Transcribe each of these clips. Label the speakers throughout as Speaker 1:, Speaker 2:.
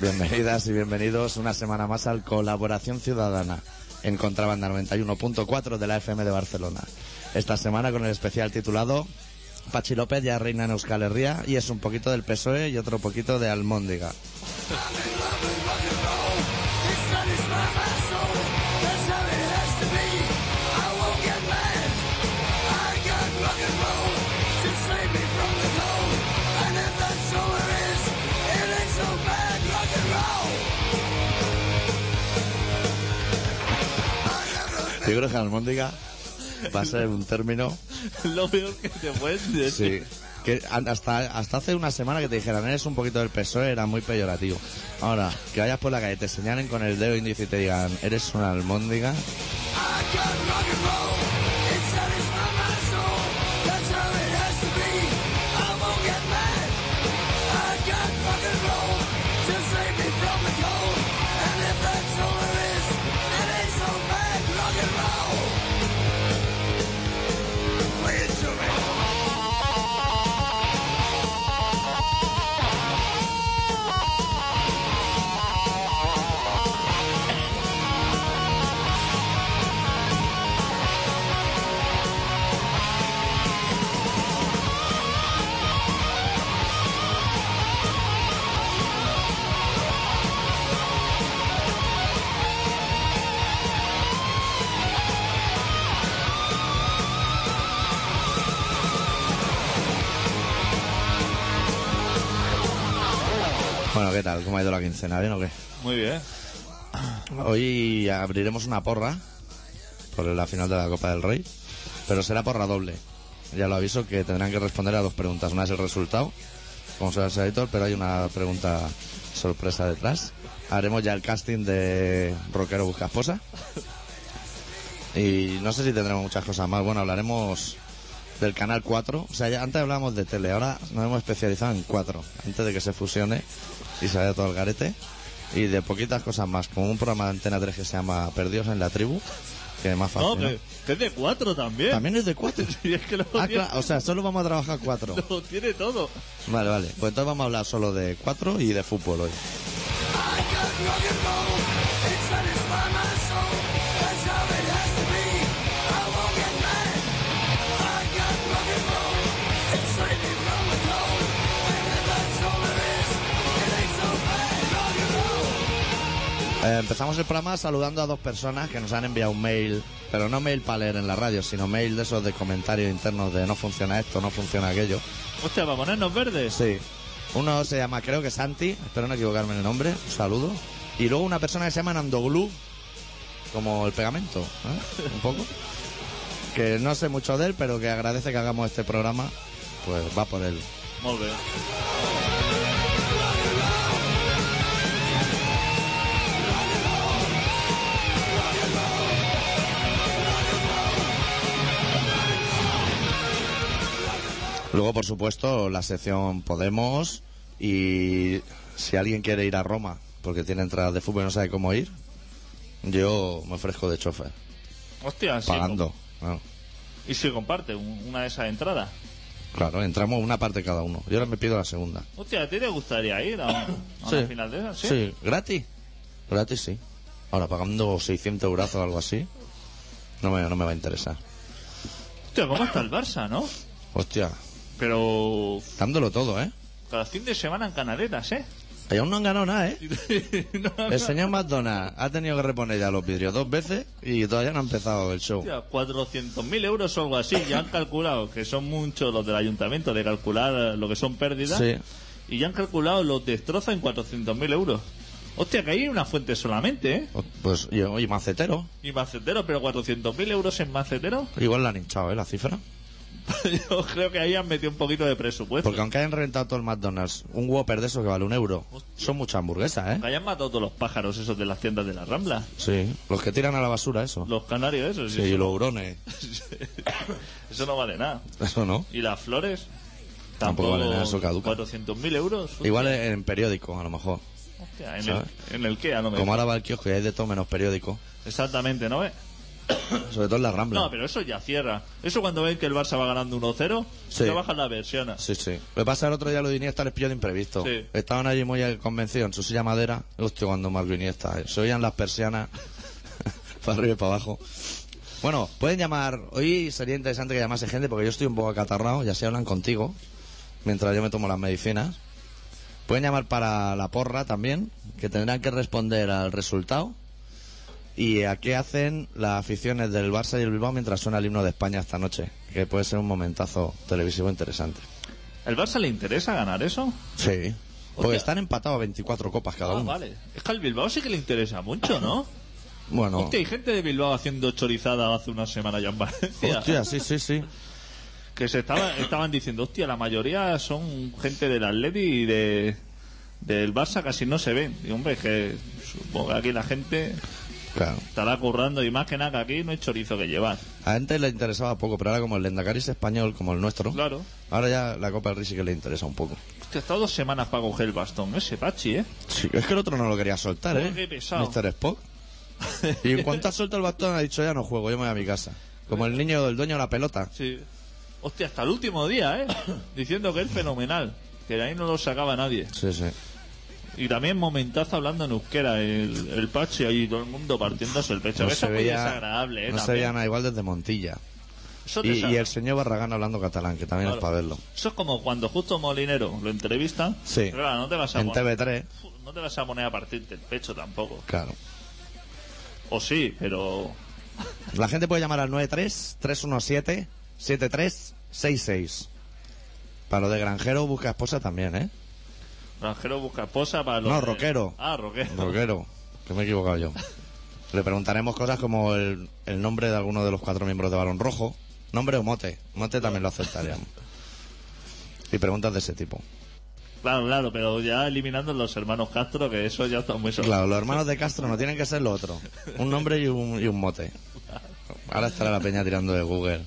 Speaker 1: Bienvenidas y bienvenidos una semana más al Colaboración Ciudadana en Contrabanda 91.4 de la FM de Barcelona. Esta semana con el especial titulado Pachi López ya reina en Euskal Herria y es un poquito del PSOE E y otro poquito de Almóndiga. Yo creo que Almóndiga va a ser un término
Speaker 2: Lo peor que te puedes
Speaker 1: Sí.
Speaker 2: decir.
Speaker 1: Que an- hasta, hasta hace una semana que te dijeran, eres un poquito del PSOE, E, era muy peyorativo. Ahora, que vayas por la calle, te señalen con el dedo índice y te digan, eres una almóndiga. Bueno, ¿qué tal? ¿Cómo ha ido la quincena? ¿Bien o qué?
Speaker 2: Muy bien.
Speaker 1: Hoy abriremos una porra por la final de la Copa del Rey, pero será porra doble. Ya lo aviso que tendrán que responder a dos preguntas. Una es el resultado, como suele ser editor, pero hay una pregunta sorpresa detrás. Haremos ya el casting de Rockero Busca Esposa. Y no sé si tendremos muchas cosas más. Bueno, hablaremos del Canal 4. O sea, ya antes hablábamos de tele, ahora nos hemos especializado en 4. Antes de que se fusione y se vaya todo el garete. Y de poquitas cosas más, como un programa de Antena 3 que se llama Perdidos en la Tribu, que más fácil.
Speaker 2: No, que, que es de cuatro también.
Speaker 1: También es de 4.
Speaker 2: Y es que lo,
Speaker 1: Ah,
Speaker 2: tiene,
Speaker 1: claro, o sea, solo vamos a trabajar 4.
Speaker 2: lo tiene todo.
Speaker 1: Vale, vale. Pues entonces vamos a hablar solo de 4 y de fútbol hoy. Eh, empezamos el programa saludando a dos personas que nos han enviado un mail, pero no mail para leer en la radio, sino mail de esos de comentarios internos de no funciona esto, no funciona aquello.
Speaker 2: Hostia, para ponernos verdes.
Speaker 1: Sí. Uno se llama, creo que Santi, espero no equivocarme en el nombre, un saludo. Y luego una persona que se llama Nandoglu, como el pegamento, ¿eh? un poco. Que no sé mucho de él, pero que agradece que hagamos este programa, pues va por él.
Speaker 2: Muy bien.
Speaker 1: Luego, por supuesto, la sección Podemos y si alguien quiere ir a Roma, porque tiene entradas de fútbol y no sabe cómo ir, yo me ofrezco de chofer,
Speaker 2: Hostia, sí.
Speaker 1: pagando. Bueno,
Speaker 2: Y si comparte un- una de esas entradas.
Speaker 1: claro, entramos una parte cada uno. Yo ahora me pido la segunda.
Speaker 2: Hostia, ¿a ti te gustaría ir a, un- a una final de esas? Sí.
Speaker 1: gratis. Gratis, sí. Ahora, pagando 600 euros o algo así, no me, no me va a interesar.
Speaker 2: Hostia, ¿cómo está el Barça, no?
Speaker 1: Hostia,
Speaker 2: Pero
Speaker 1: dándolo todo, ¿eh?
Speaker 2: cada fin de semana en Canaletas, ¿eh?
Speaker 1: Y aún no han ganado nada, ¿eh?
Speaker 2: No,
Speaker 1: El señor McDonald ha tenido que reponer ya los vidrios dos veces y todavía no ha empezado el show.
Speaker 2: Hostia, 400.000 euros o algo así, ya han calculado, que son muchos los del ayuntamiento de calcular eh, lo que son pérdidas,
Speaker 1: Sí.
Speaker 2: y ya han calculado los destrozos en 400.000 euros. Hostia, que hay una fuente solamente, ¿eh?
Speaker 1: O- Pues y, y macetero.
Speaker 2: Y macetero, pero 400.000 euros en macetero,
Speaker 1: Igual la han hinchado, ¿eh? La cifra.
Speaker 2: yo creo que ahí han metido un poquito de presupuesto.
Speaker 1: Porque aunque hayan reventado todo el McDonald's, un Whopper de esos que vale un euro, son muchas hamburguesas,
Speaker 2: Que
Speaker 1: ¿eh?
Speaker 2: hayan matado todos los pájaros esos de las tiendas de la Rambla,
Speaker 1: Sí. Los que tiran a la basura, eso.
Speaker 2: los canarios esos,
Speaker 1: Sí, y los hurones.
Speaker 2: eso no vale nada.
Speaker 1: Eso no.
Speaker 2: Y las flores,
Speaker 1: Tampoco
Speaker 2: tampoco,
Speaker 1: vale nada, eso caduca.
Speaker 2: 400.000 euros.
Speaker 1: Igual en periódico, a lo mejor.
Speaker 2: Hostia, en, el,
Speaker 1: ¿sabes?
Speaker 2: en el Kea no me
Speaker 1: Como ahora va el kiosco y hay de todo menos periódico.
Speaker 2: Exactamente, ¿no ves?
Speaker 1: Sobre todo en la Rambla.
Speaker 2: No, pero eso ya cierra. Eso cuando ven que el Barça va ganando 1-0,
Speaker 1: Sí.
Speaker 2: te bajan la versión.
Speaker 1: Sí, sí. Lo que pasa el otro día lo de Iniesta les pilló de imprevisto.
Speaker 2: Sí.
Speaker 1: Estaban allí muy convencidos en su silla madera. Hostia, cuando marcó Iniesta. eh. Se oían las persianas para arriba y para abajo. Bueno, pueden llamar. Hoy sería interesante que llamase gente porque yo estoy un poco acatarrado y así hablan contigo mientras yo me tomo las medicinas. Pueden llamar para la porra también, que tendrán que responder al resultado. ¿Y a qué hacen las aficiones del Barça y el Bilbao mientras suena el himno de España esta noche? Que puede ser un momentazo televisivo interesante.
Speaker 2: ¿El Barça le interesa ganar eso?
Speaker 1: Sí. Porque
Speaker 2: Hostia.
Speaker 1: están empatados a 24 copas cada
Speaker 2: Ah,
Speaker 1: uno.
Speaker 2: vale. Es que al Bilbao sí que le interesa mucho, ¿no?
Speaker 1: Bueno.
Speaker 2: Hostia, hay gente de Bilbao haciendo chorizada hace una semana ya en Valencia.
Speaker 1: Hostia, sí, sí, sí.
Speaker 2: Que se estaba, estaban diciendo, hostia, la mayoría son gente del Atleti y de, del Barça casi no se ven. Y hombre, es que supongo que aquí la gente
Speaker 1: Claro.
Speaker 2: estará currando y más que nada que aquí no hay chorizo que llevar.
Speaker 1: A gente le interesaba poco, pero ahora como el Lendakari es español, como el nuestro,
Speaker 2: Claro.
Speaker 1: ahora ya la Copa del Rey sí que le interesa un poco.
Speaker 2: Hostia, ha estado dos semanas para coger el bastón, ese Pachi, ¿eh?
Speaker 1: Sí, es que el otro no lo quería soltar,
Speaker 2: Joder,
Speaker 1: ¿eh?
Speaker 2: qué pesado.
Speaker 1: Mr. Spock. Y en cuanto ha soltado el bastón, ha dicho, ya no juego, yo me voy a mi casa. Como el niño del dueño de la pelota.
Speaker 2: Sí. Hostia, hasta el último día, ¿eh? Diciendo que es fenomenal. Que de ahí no lo sacaba nadie.
Speaker 1: Sí, sí.
Speaker 2: Y también momentazo hablando en euskera, el, el Pachi ahí todo el mundo partiéndose el pecho.
Speaker 1: No se
Speaker 2: Eso es muy
Speaker 1: veía-
Speaker 2: desagradable, ¿eh?
Speaker 1: no se
Speaker 2: también.
Speaker 1: veía nada igual desde Montilla.
Speaker 2: Eso
Speaker 1: Y, y
Speaker 2: desagra-
Speaker 1: el señor Barragán hablando catalán, que también
Speaker 2: Claro.
Speaker 1: es para verlo.
Speaker 2: Eso es como cuando justo Molinero lo entrevistan.
Speaker 1: Sí.
Speaker 2: Pero claro, no te vas a
Speaker 1: En
Speaker 2: poner,
Speaker 1: TV3,
Speaker 2: no te vas a poner a partirte el pecho tampoco.
Speaker 1: claro.
Speaker 2: O sí, pero
Speaker 1: La gente puede llamar al 93-317-7366. Para lo de granjero busca esposa también, ¿eh?
Speaker 2: granjero busca esposa para los
Speaker 1: No,
Speaker 2: de-
Speaker 1: rockero.
Speaker 2: Ah, rockero.
Speaker 1: Roquero, que me he equivocado yo. Le preguntaremos cosas como el, el nombre de alguno de los cuatro miembros de Balón Rojo. Nombre o mote. Mote también lo aceptaríamos. Y preguntas de ese tipo.
Speaker 2: Claro, claro, pero ya eliminando los hermanos Castro, que eso ya está muy solo.
Speaker 1: Claro, los hermanos de Castro no tienen que ser lo otro. Un nombre y un, y un mote. Ahora estará la peña tirando de Google.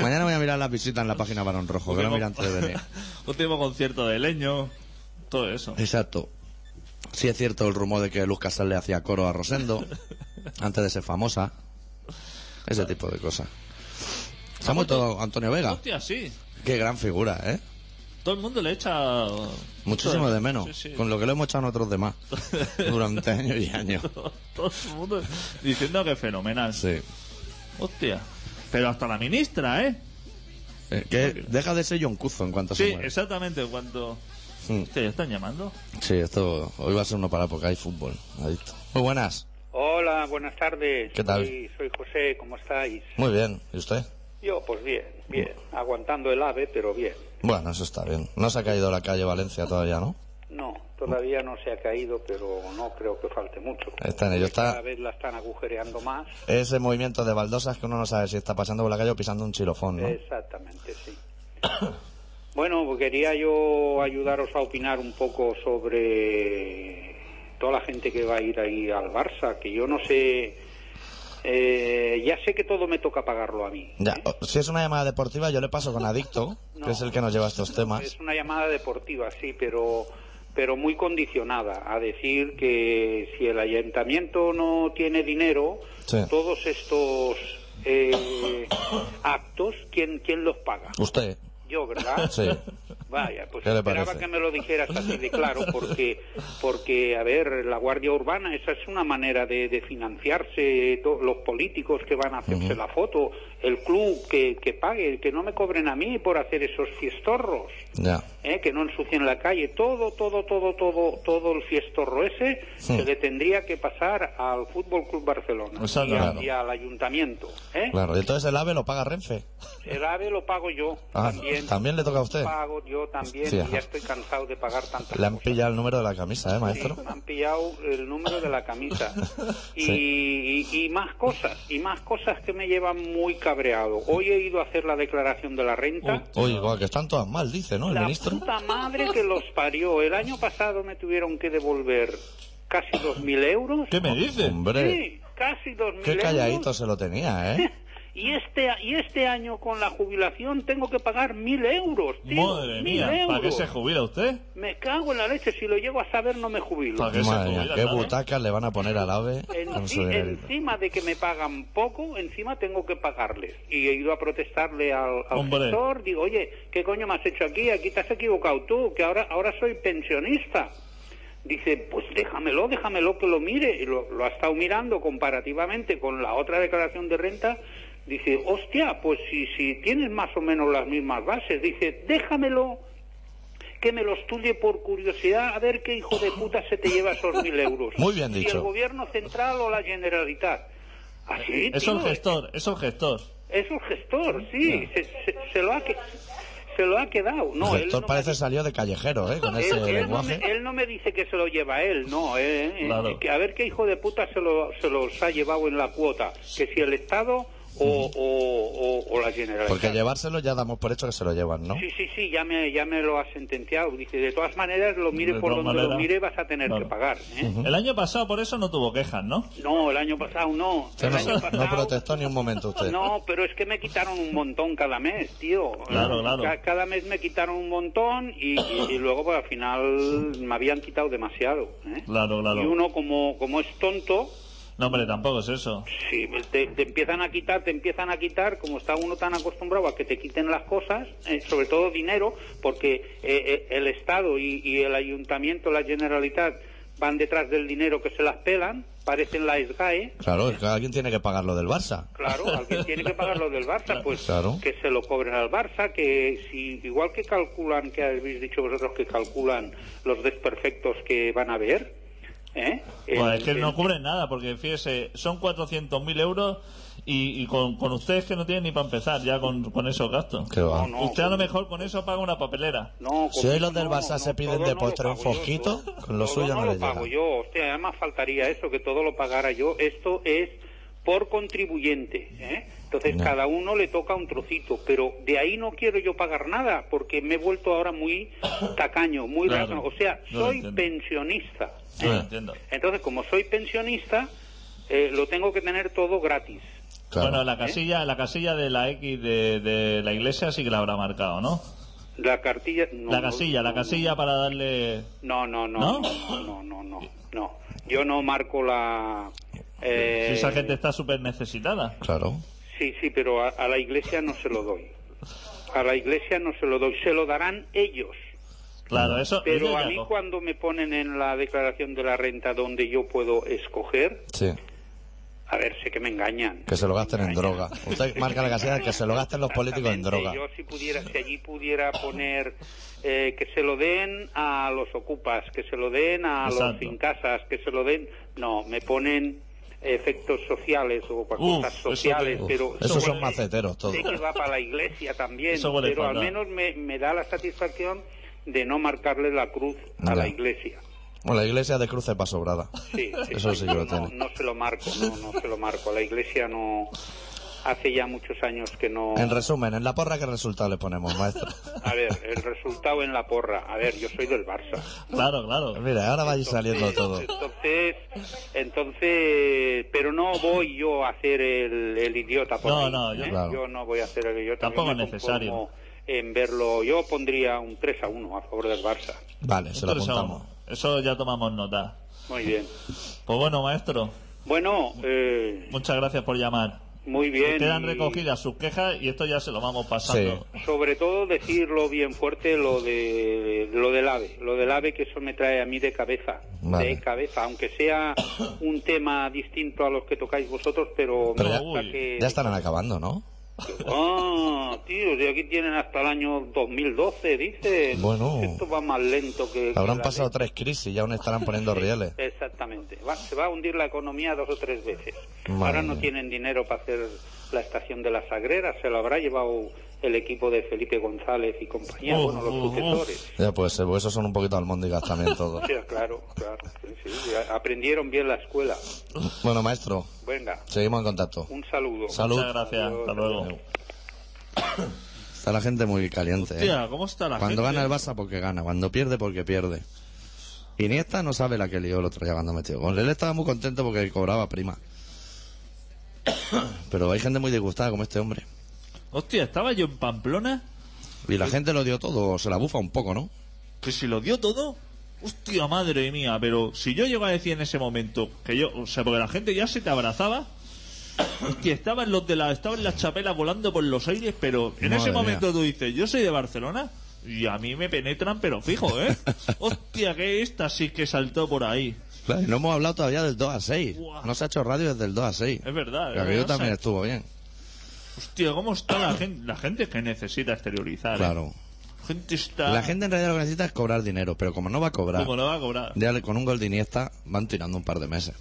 Speaker 1: Mañana voy a mirar las visitas en la página Balón Rojo, que lo mira antes de venir.
Speaker 2: Último concierto de Leño, todo eso.
Speaker 1: Exacto. Sí es cierto el rumor de que Luz Casal le hacía coro a Rosendo antes de ser famosa. Ese tipo de cosas. Se ha muerto Antonio Vega.
Speaker 2: Hostia, sí.
Speaker 1: Qué gran figura, ¿eh?
Speaker 2: Todo el mundo le echa...
Speaker 1: Muchísimo de menos.
Speaker 2: Sí, sí.
Speaker 1: Con lo que lo hemos echado otros demás. Durante años y años.
Speaker 2: Todo el mundo diciendo que fenomenal.
Speaker 1: Sí.
Speaker 2: Hostia. Pero hasta la ministra, ¿eh?
Speaker 1: Eh, Que deja de ser John Cuzo en cuanto
Speaker 2: Sí,
Speaker 1: se muere.
Speaker 2: exactamente. Cuando...
Speaker 1: Mm.
Speaker 2: Hostia, ¿ya están llamando?
Speaker 1: Sí, esto hoy va a ser uno para porque hay fútbol. Adicto. Muy buenas.
Speaker 3: Hola, buenas tardes.
Speaker 1: ¿Qué tal?
Speaker 3: Soy, soy José, ¿cómo estáis?
Speaker 1: Muy bien. ¿Y usted?
Speaker 3: Yo, pues bien, bien. Aguantando el ave, pero bien.
Speaker 1: Bueno, eso está bien. No se ha caído la calle Valencia todavía, ¿no?
Speaker 3: No, todavía no se ha caído, pero no creo que falte mucho.
Speaker 1: Está en ello. Está,
Speaker 3: Cada vez la están agujereando más.
Speaker 1: Ese movimiento de baldosas que uno no sabe si está pasando por la calle o pisando un chilofón, ¿no?
Speaker 3: Exactamente, sí. Bueno, pues quería yo ayudaros a opinar un poco sobre toda la gente que va a ir ahí al Barça, que yo no sé... eh, ya sé que todo me toca pagarlo a mí.
Speaker 1: Ya,
Speaker 3: ¿eh?
Speaker 1: o- si es una llamada deportiva, yo le paso con Adicto, que es el que nos lleva estos temas.
Speaker 3: Es una llamada deportiva, sí, pero pero muy condicionada a decir que si el ayuntamiento no tiene dinero,
Speaker 1: Sí.
Speaker 3: todos estos eh, actos, ¿quién, ¿quién los paga?
Speaker 1: Usted,
Speaker 3: Yo, ¿verdad?
Speaker 1: sí.
Speaker 3: Vaya, pues
Speaker 1: ¿Qué le
Speaker 3: esperaba
Speaker 1: parece?
Speaker 3: que me lo dijeras así de claro, porque, porque, a ver, la Guardia Urbana, esa es una manera de, de financiarse, to- los políticos que van a hacerse la foto, el club que, que pague, que no me cobren a mí por hacer esos fiestorros.
Speaker 1: Ya,
Speaker 3: ¿eh? que no ensucien la calle, todo, todo, todo, todo, todo el fiestorro ese
Speaker 1: Sí.
Speaker 3: se le tendría que pasar al Fútbol Club Barcelona
Speaker 2: Exacto.
Speaker 3: y, a-
Speaker 1: Claro.
Speaker 3: y al ayuntamiento. ¿eh?
Speaker 1: claro. Y entonces el AVE lo paga Renfe.
Speaker 3: El AVE lo pago yo
Speaker 1: Ah,
Speaker 3: también.
Speaker 1: también le toca a usted.
Speaker 3: Lo pago yo también
Speaker 1: Hostia.
Speaker 3: y ya estoy cansado de pagar tantas
Speaker 1: Le han
Speaker 3: cosas.
Speaker 1: pillado el número de la camisa, ¿eh,
Speaker 3: Sí,
Speaker 1: maestro?
Speaker 3: me han pillado el número de la camisa y, y- y más cosas y más cosas que me llevan muy cabreado hoy he ido a hacer la declaración de la renta
Speaker 1: Uy, guau, que están todas mal, dice, ¿no? El
Speaker 3: la
Speaker 1: ministro.
Speaker 3: puta madre que los parió. El año pasado me tuvieron que devolver casi 2.000 euros.
Speaker 2: ¿Qué me dice?
Speaker 1: Hombre,
Speaker 3: Sí, casi 2.000
Speaker 1: qué
Speaker 3: euros.
Speaker 1: calladito se lo tenía, ¿eh?
Speaker 3: Y este, y este año con la jubilación tengo que pagar mil euros, tío.
Speaker 2: Madre
Speaker 3: mil
Speaker 2: mía, ¿para qué
Speaker 3: euros.
Speaker 2: se jubila usted?
Speaker 3: Me cago en la leche, si lo llego a saber no me jubilo.
Speaker 2: Pa' que se
Speaker 1: Madre mía,
Speaker 2: jubila,
Speaker 1: qué
Speaker 2: ¿sabes?
Speaker 1: butacas le van a poner al ave con su
Speaker 3: Enci-
Speaker 1: dinerito.
Speaker 3: encima de que me pagan poco, encima tengo que pagarles. Y he ido a protestarle al, al
Speaker 2: Hombre.
Speaker 3: gestor, digo, oye, ¿qué coño me has hecho aquí? Aquí te has equivocado tú, que ahora, ahora soy pensionista. Dice, pues déjamelo, déjamelo que lo mire. Y lo, lo ha estado mirando comparativamente con la otra declaración de renta. Dice, hostia, pues si, si tienes más o menos las mismas bases. Dice, déjamelo que me lo estudie por curiosidad a ver qué hijo de puta se te lleva esos mil euros.
Speaker 1: Muy bien
Speaker 3: Si
Speaker 1: dicho.
Speaker 3: el gobierno central o la Generalitat. Así,
Speaker 2: Es el
Speaker 3: tío,
Speaker 2: gestor, es el gestor.
Speaker 3: Es un gestor, sí. Se, se- se lo ha que- se lo ha quedado. No,
Speaker 1: el
Speaker 3: él
Speaker 1: gestor
Speaker 3: no me
Speaker 1: parece
Speaker 3: dice-
Speaker 1: salió de callejero, ¿eh? Con
Speaker 3: él-
Speaker 1: ese
Speaker 3: él no me,
Speaker 1: lenguaje.
Speaker 3: él no me dice que se lo lleva él, no. eh, eh,
Speaker 2: Claro.
Speaker 3: que a ver qué hijo de puta se, lo, se los ha llevado en la cuota. Que si el Estado o, o- o- o la Generalitat.
Speaker 1: Porque llevárselo ya damos por hecho que se lo llevan, ¿no?
Speaker 3: Sí, sí, sí, ya me, ya me lo has sentenciado. Dice, de todas maneras, lo mire
Speaker 2: De
Speaker 3: por
Speaker 2: todas
Speaker 3: donde lo
Speaker 2: maneras,
Speaker 3: mire, vas a tener
Speaker 2: claro.
Speaker 3: que pagar. ¿eh?
Speaker 1: Mm.
Speaker 2: El año pasado por eso no tuvo quejas, ¿no?
Speaker 3: No, el año pasado no.
Speaker 1: Usted
Speaker 3: El año
Speaker 1: no,
Speaker 3: pasado-
Speaker 1: no protestó ni un momento usted.
Speaker 3: No, pero es que me quitaron un montón cada mes, tío.
Speaker 2: Claro, claro.
Speaker 3: Ca- Cada mes me quitaron un montón y, y- y luego pues, al final me habían quitado demasiado. ¿eh?
Speaker 2: Claro, claro.
Speaker 3: Y uno como, como es tonto,
Speaker 2: No, hombre, tampoco es eso.
Speaker 3: Sí, te, te empiezan a quitar, te empiezan a quitar, como está uno tan acostumbrado a que te quiten las cosas, eh, sobre todo dinero, porque eh, eh, el Estado y, y el Ayuntamiento, la Generalitat, van detrás del dinero que se las pelan, parecen la SGAE,
Speaker 1: Claro, es que alguien tiene que pagar lo del Barça.
Speaker 3: Claro, alguien tiene que pagar lo del Barça, pues
Speaker 1: Claro.
Speaker 3: que se lo cobren al Barça, que si igual que calculan, que habéis dicho vosotros que calculan los desperfectos que van a haber, ¿eh?
Speaker 2: Pues
Speaker 3: El-
Speaker 2: es que
Speaker 3: el-
Speaker 2: no cubren nada, porque fíjese, son 400.000 euros y, y con, con ustedes que no tienen ni para empezar ya con, con esos gastos.
Speaker 1: Qué va.
Speaker 3: No,
Speaker 2: Usted a lo mejor con eso paga una papelera.
Speaker 3: No,
Speaker 1: Si hoy los
Speaker 3: conmigo
Speaker 1: del
Speaker 3: no,
Speaker 1: Barça
Speaker 3: no,
Speaker 1: se piden
Speaker 3: todo
Speaker 1: de
Speaker 3: no lo
Speaker 1: postre un
Speaker 3: pago yo,
Speaker 1: fosquito,
Speaker 3: todo-
Speaker 1: con lo
Speaker 3: todo
Speaker 1: suyo no
Speaker 3: lo
Speaker 1: le
Speaker 3: pago
Speaker 1: llega.
Speaker 3: yo, hostia, además faltaría eso, que todo lo pagara yo. Esto es por contribuyente, ¿eh? Entonces
Speaker 1: Ya.
Speaker 3: cada uno le toca un trocito, pero de ahí no quiero yo pagar nada, porque me he vuelto ahora muy tacaño, muy
Speaker 2: Claro,
Speaker 3: razonable. O sea,
Speaker 2: no lo
Speaker 3: soy
Speaker 2: entiendo.
Speaker 3: pensionista.
Speaker 1: Sí.
Speaker 2: No entiendo.
Speaker 3: Entonces, como soy pensionista, eh, lo tengo que tener todo gratis.
Speaker 2: Bueno,
Speaker 1: Claro.
Speaker 3: ¿Eh?
Speaker 2: la casilla, la casilla de la X de, de la iglesia sí que la habrá marcado, ¿no?
Speaker 3: La cartilla... no,
Speaker 2: la
Speaker 3: no,
Speaker 2: casilla, la
Speaker 3: no, no.
Speaker 2: casilla para darle...
Speaker 3: No, no, no,
Speaker 2: ¿No?
Speaker 3: no, no, no, no, no. Yo no marco la. eh,
Speaker 2: si esa gente está súper necesitada.
Speaker 1: Claro.
Speaker 3: Sí, sí, pero a, a la iglesia no se lo doy. A la iglesia no se lo doy, se lo darán ellos.
Speaker 2: Claro, eso...
Speaker 3: Pero
Speaker 2: ellos
Speaker 3: a
Speaker 2: ya
Speaker 3: mí
Speaker 2: co-
Speaker 3: cuando me ponen en la declaración de la renta donde yo puedo escoger,
Speaker 1: Sí.
Speaker 3: a ver, sé que me engañan.
Speaker 1: Que se lo gasten en droga. Usted marca la casilla que se lo gasten los políticos en droga.
Speaker 3: Exactamente. Yo si pudiera, si allí pudiera poner eh, que se lo den a los ocupas, que se lo den a
Speaker 2: Exacto.
Speaker 3: los sin casas, que se lo den, no, me ponen efectos sociales o
Speaker 2: Uf,
Speaker 3: cosas
Speaker 2: eso
Speaker 3: sociales,
Speaker 2: te-
Speaker 3: pero
Speaker 1: Esos
Speaker 3: eso
Speaker 1: son
Speaker 3: huele-
Speaker 1: maceteros todos.
Speaker 3: Sé que va para la iglesia también,
Speaker 2: Eso huele
Speaker 3: pero al
Speaker 2: fatal.
Speaker 3: menos me, me da la satisfacción de no marcarle la cruz a
Speaker 1: Ya.
Speaker 3: la iglesia.
Speaker 1: Bueno, la iglesia de cruces va sobrada.
Speaker 3: Sí,
Speaker 1: Eso sí que lo
Speaker 3: no,
Speaker 1: tiene.
Speaker 3: no se lo marco, no, no se lo marco. La iglesia no hace ya muchos años que no.
Speaker 1: En resumen, en la porra, ¿qué resultado le ponemos, maestro?
Speaker 3: A ver, el resultado en la porra. A ver, yo soy del Barça.
Speaker 2: Claro, claro.
Speaker 1: Mira, ahora va a ir saliendo todo.
Speaker 3: Entonces, entonces, pero no voy yo a hacer el, el idiota. Por
Speaker 2: No,
Speaker 3: ahí,
Speaker 2: no, yo-
Speaker 3: ¿eh?
Speaker 1: Claro.
Speaker 3: yo no voy a hacer el idiota.
Speaker 2: Tampoco
Speaker 3: Yo me
Speaker 2: es necesario.
Speaker 3: conformo En verlo, yo pondría un 3 a 1 a favor del Barça.
Speaker 1: Vale, se lo
Speaker 2: Entonces,
Speaker 1: apuntamos.
Speaker 2: Eso ya tomamos nota.
Speaker 3: Muy bien.
Speaker 2: Pues bueno, maestro,
Speaker 3: Bueno, eh,
Speaker 2: muchas gracias por llamar.
Speaker 3: muy bien.
Speaker 2: Quedan
Speaker 3: y
Speaker 2: recogidas sus quejas y esto ya se lo vamos pasando.
Speaker 3: Sobre todo decirlo bien fuerte lo de lo del ave, lo del ave que eso me trae a mí de cabeza,
Speaker 1: Vale.
Speaker 3: de cabeza, aunque sea un tema distinto a los que tocáis vosotros, pero,
Speaker 1: Pero
Speaker 3: me
Speaker 1: ya-
Speaker 3: gusta
Speaker 2: Uy.
Speaker 3: que
Speaker 1: Ya estarán acabando, ¿no?
Speaker 3: Ah, tío, de aquí tienen hasta el año 2012, dice.
Speaker 1: Bueno.
Speaker 3: Esto va más lento que... que
Speaker 1: Habrán
Speaker 3: la
Speaker 1: pasado
Speaker 3: leche.
Speaker 1: tres crisis y aún estarán poniendo rieles.
Speaker 3: Exactamente. Va- se va a hundir la economía dos o tres veces.
Speaker 1: Madre
Speaker 3: Ahora no
Speaker 1: mía.
Speaker 3: tienen dinero para hacer la estación de la Sagrera, se lo habrá llevado el equipo de Felipe González y compañía,
Speaker 1: Oh,
Speaker 2: Uf,
Speaker 3: bueno, los
Speaker 2: uf, uf.
Speaker 3: sucesores.
Speaker 1: Ya pues, eh, pues esos son un poquito almóndigas también todos.
Speaker 3: O sea, claro, claro. sí, sí, a- aprendieron bien la escuela.
Speaker 1: Bueno, maestro,
Speaker 3: Venga,
Speaker 1: seguimos en contacto.
Speaker 3: un saludo.
Speaker 1: Salud.
Speaker 2: Muchas gracias. Hasta luego.
Speaker 1: Está la gente muy caliente. ¿eh?
Speaker 2: Hostia, ¿cómo está la
Speaker 1: Cuando
Speaker 2: gente?
Speaker 1: gana el Barça porque gana, cuando pierde porque pierde. Iniesta no sabe la que lió el otro día cuando metió gol. Él estaba muy contento porque cobraba prima. Pero hay gente muy disgustada como este hombre.
Speaker 2: Hostia, estaba yo en Pamplona.
Speaker 1: Y la gente lo dio todo, se la bufa un poco, ¿no?
Speaker 2: que si lo dio todo, hostia madre mía, pero si yo llego a decir en ese momento que yo, o sea, porque la gente ya se te abrazaba, hostia, estaban los de la, estaban las chapelas volando por los aires, pero en
Speaker 1: Madre
Speaker 2: ese momento
Speaker 1: mía.
Speaker 2: tú dices, yo soy de Barcelona y a mí me penetran, pero fijo, ¿eh? hostia, que esta sí que saltó por ahí.
Speaker 1: Claro, y no hemos hablado todavía del 2 a 6.
Speaker 2: Buah.
Speaker 1: No se ha hecho radio desde el 2 a 6.
Speaker 2: Es verdad,
Speaker 1: Que
Speaker 2: es
Speaker 1: aquello
Speaker 2: verdad,
Speaker 1: también
Speaker 2: Sam.
Speaker 1: estuvo bien.
Speaker 2: Hostia, ¿cómo está la gente? La gente que necesita exteriorizar. ¿eh?
Speaker 1: Claro.
Speaker 2: Gente está...
Speaker 1: La gente en realidad lo que necesita es cobrar dinero, pero como no va a cobrar,
Speaker 2: Como lo va a cobrar.
Speaker 1: ya le- con un gol de Iniesta van tirando un par de meses.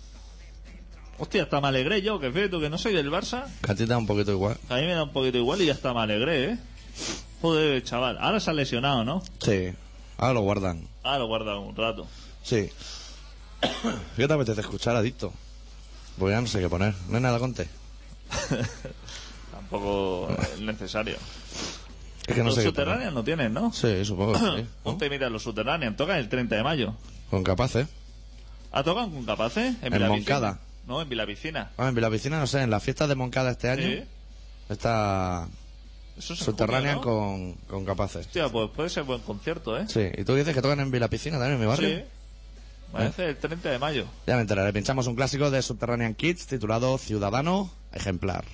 Speaker 2: Hostia, hasta me alegré yo, que fíjate tú que no soy del Barça.
Speaker 1: Que a ti te da un poquito igual.
Speaker 2: A mí me da un poquito igual y ya está, me alegré, ¿eh? Joder, chaval. Ahora se ha lesionado, ¿no?
Speaker 1: Sí. Ahora lo guardan.
Speaker 2: Ahora lo guarda un rato.
Speaker 1: Sí. ¿Qué te apetece escuchar, adicto? Pues ya no sé qué poner. No hay nada, Conte.
Speaker 2: Tampoco es necesario.
Speaker 1: Es que no
Speaker 2: los
Speaker 1: sé qué poner.
Speaker 2: subterráneos no tienen, ¿no?
Speaker 1: Sí, supongo que sí. ¿no?
Speaker 2: Ponte y mira los subterráneos. Tocan el 30 de mayo.
Speaker 1: Con ¿eh? capaces.
Speaker 2: ¿Ha tocado con Capaces?
Speaker 1: En
Speaker 2: Vilavicina?
Speaker 1: Moncada.
Speaker 2: No, en Vilavicina.
Speaker 1: Ah, en la piscina, no sé, en las fiestas de Moncada este año
Speaker 2: Sí. ¿eh?
Speaker 1: está
Speaker 2: Eso es en
Speaker 1: subterránea
Speaker 2: junio, ¿no?
Speaker 1: con, con capaces.
Speaker 2: Hostia, pues puede ser buen concierto, ¿eh?
Speaker 1: Sí, y tú dices que tocan en Vila Piscina también en mi barrio.
Speaker 2: Sí. Parece el 30 de mayo.
Speaker 1: Ya me enteraré. Pinchamos un clásico de Subterranean Kids titulado Ciudadano Ejemplar.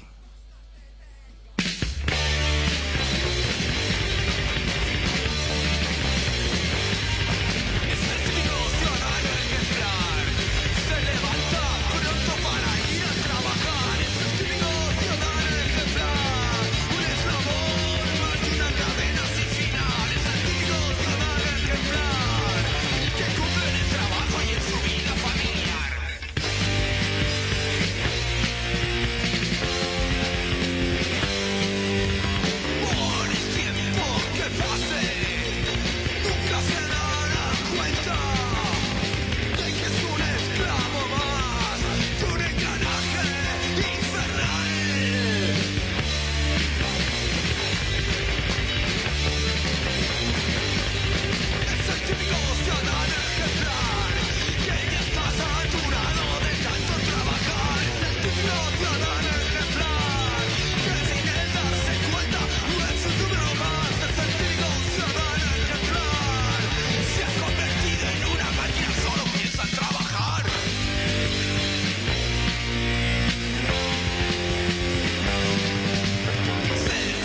Speaker 4: Por el tiempo que pase, nunca se dará cuenta de que es un esclavo más de un engranaje infernal. Es el típico ciudadano ejemplar que ya está saturado de tanto trabajar. Es el típico ciudadano ejemplar que sin él darse cuenta no es un número más. Es el típico ciudadano ejemplar se ha convertido en una máquina, solo piensa en trabajar. Se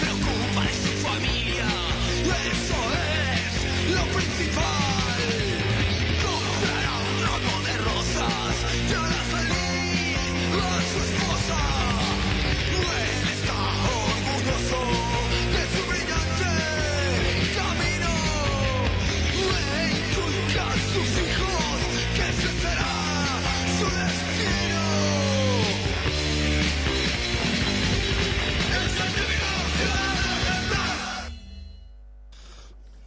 Speaker 4: preocupa de su familia, eso es lo principal. Comprará un ramo de rosas y hará feliz a su esposa. Él está orgulloso de su brillante camino. Le inculca a sus hijos que ese será su destino.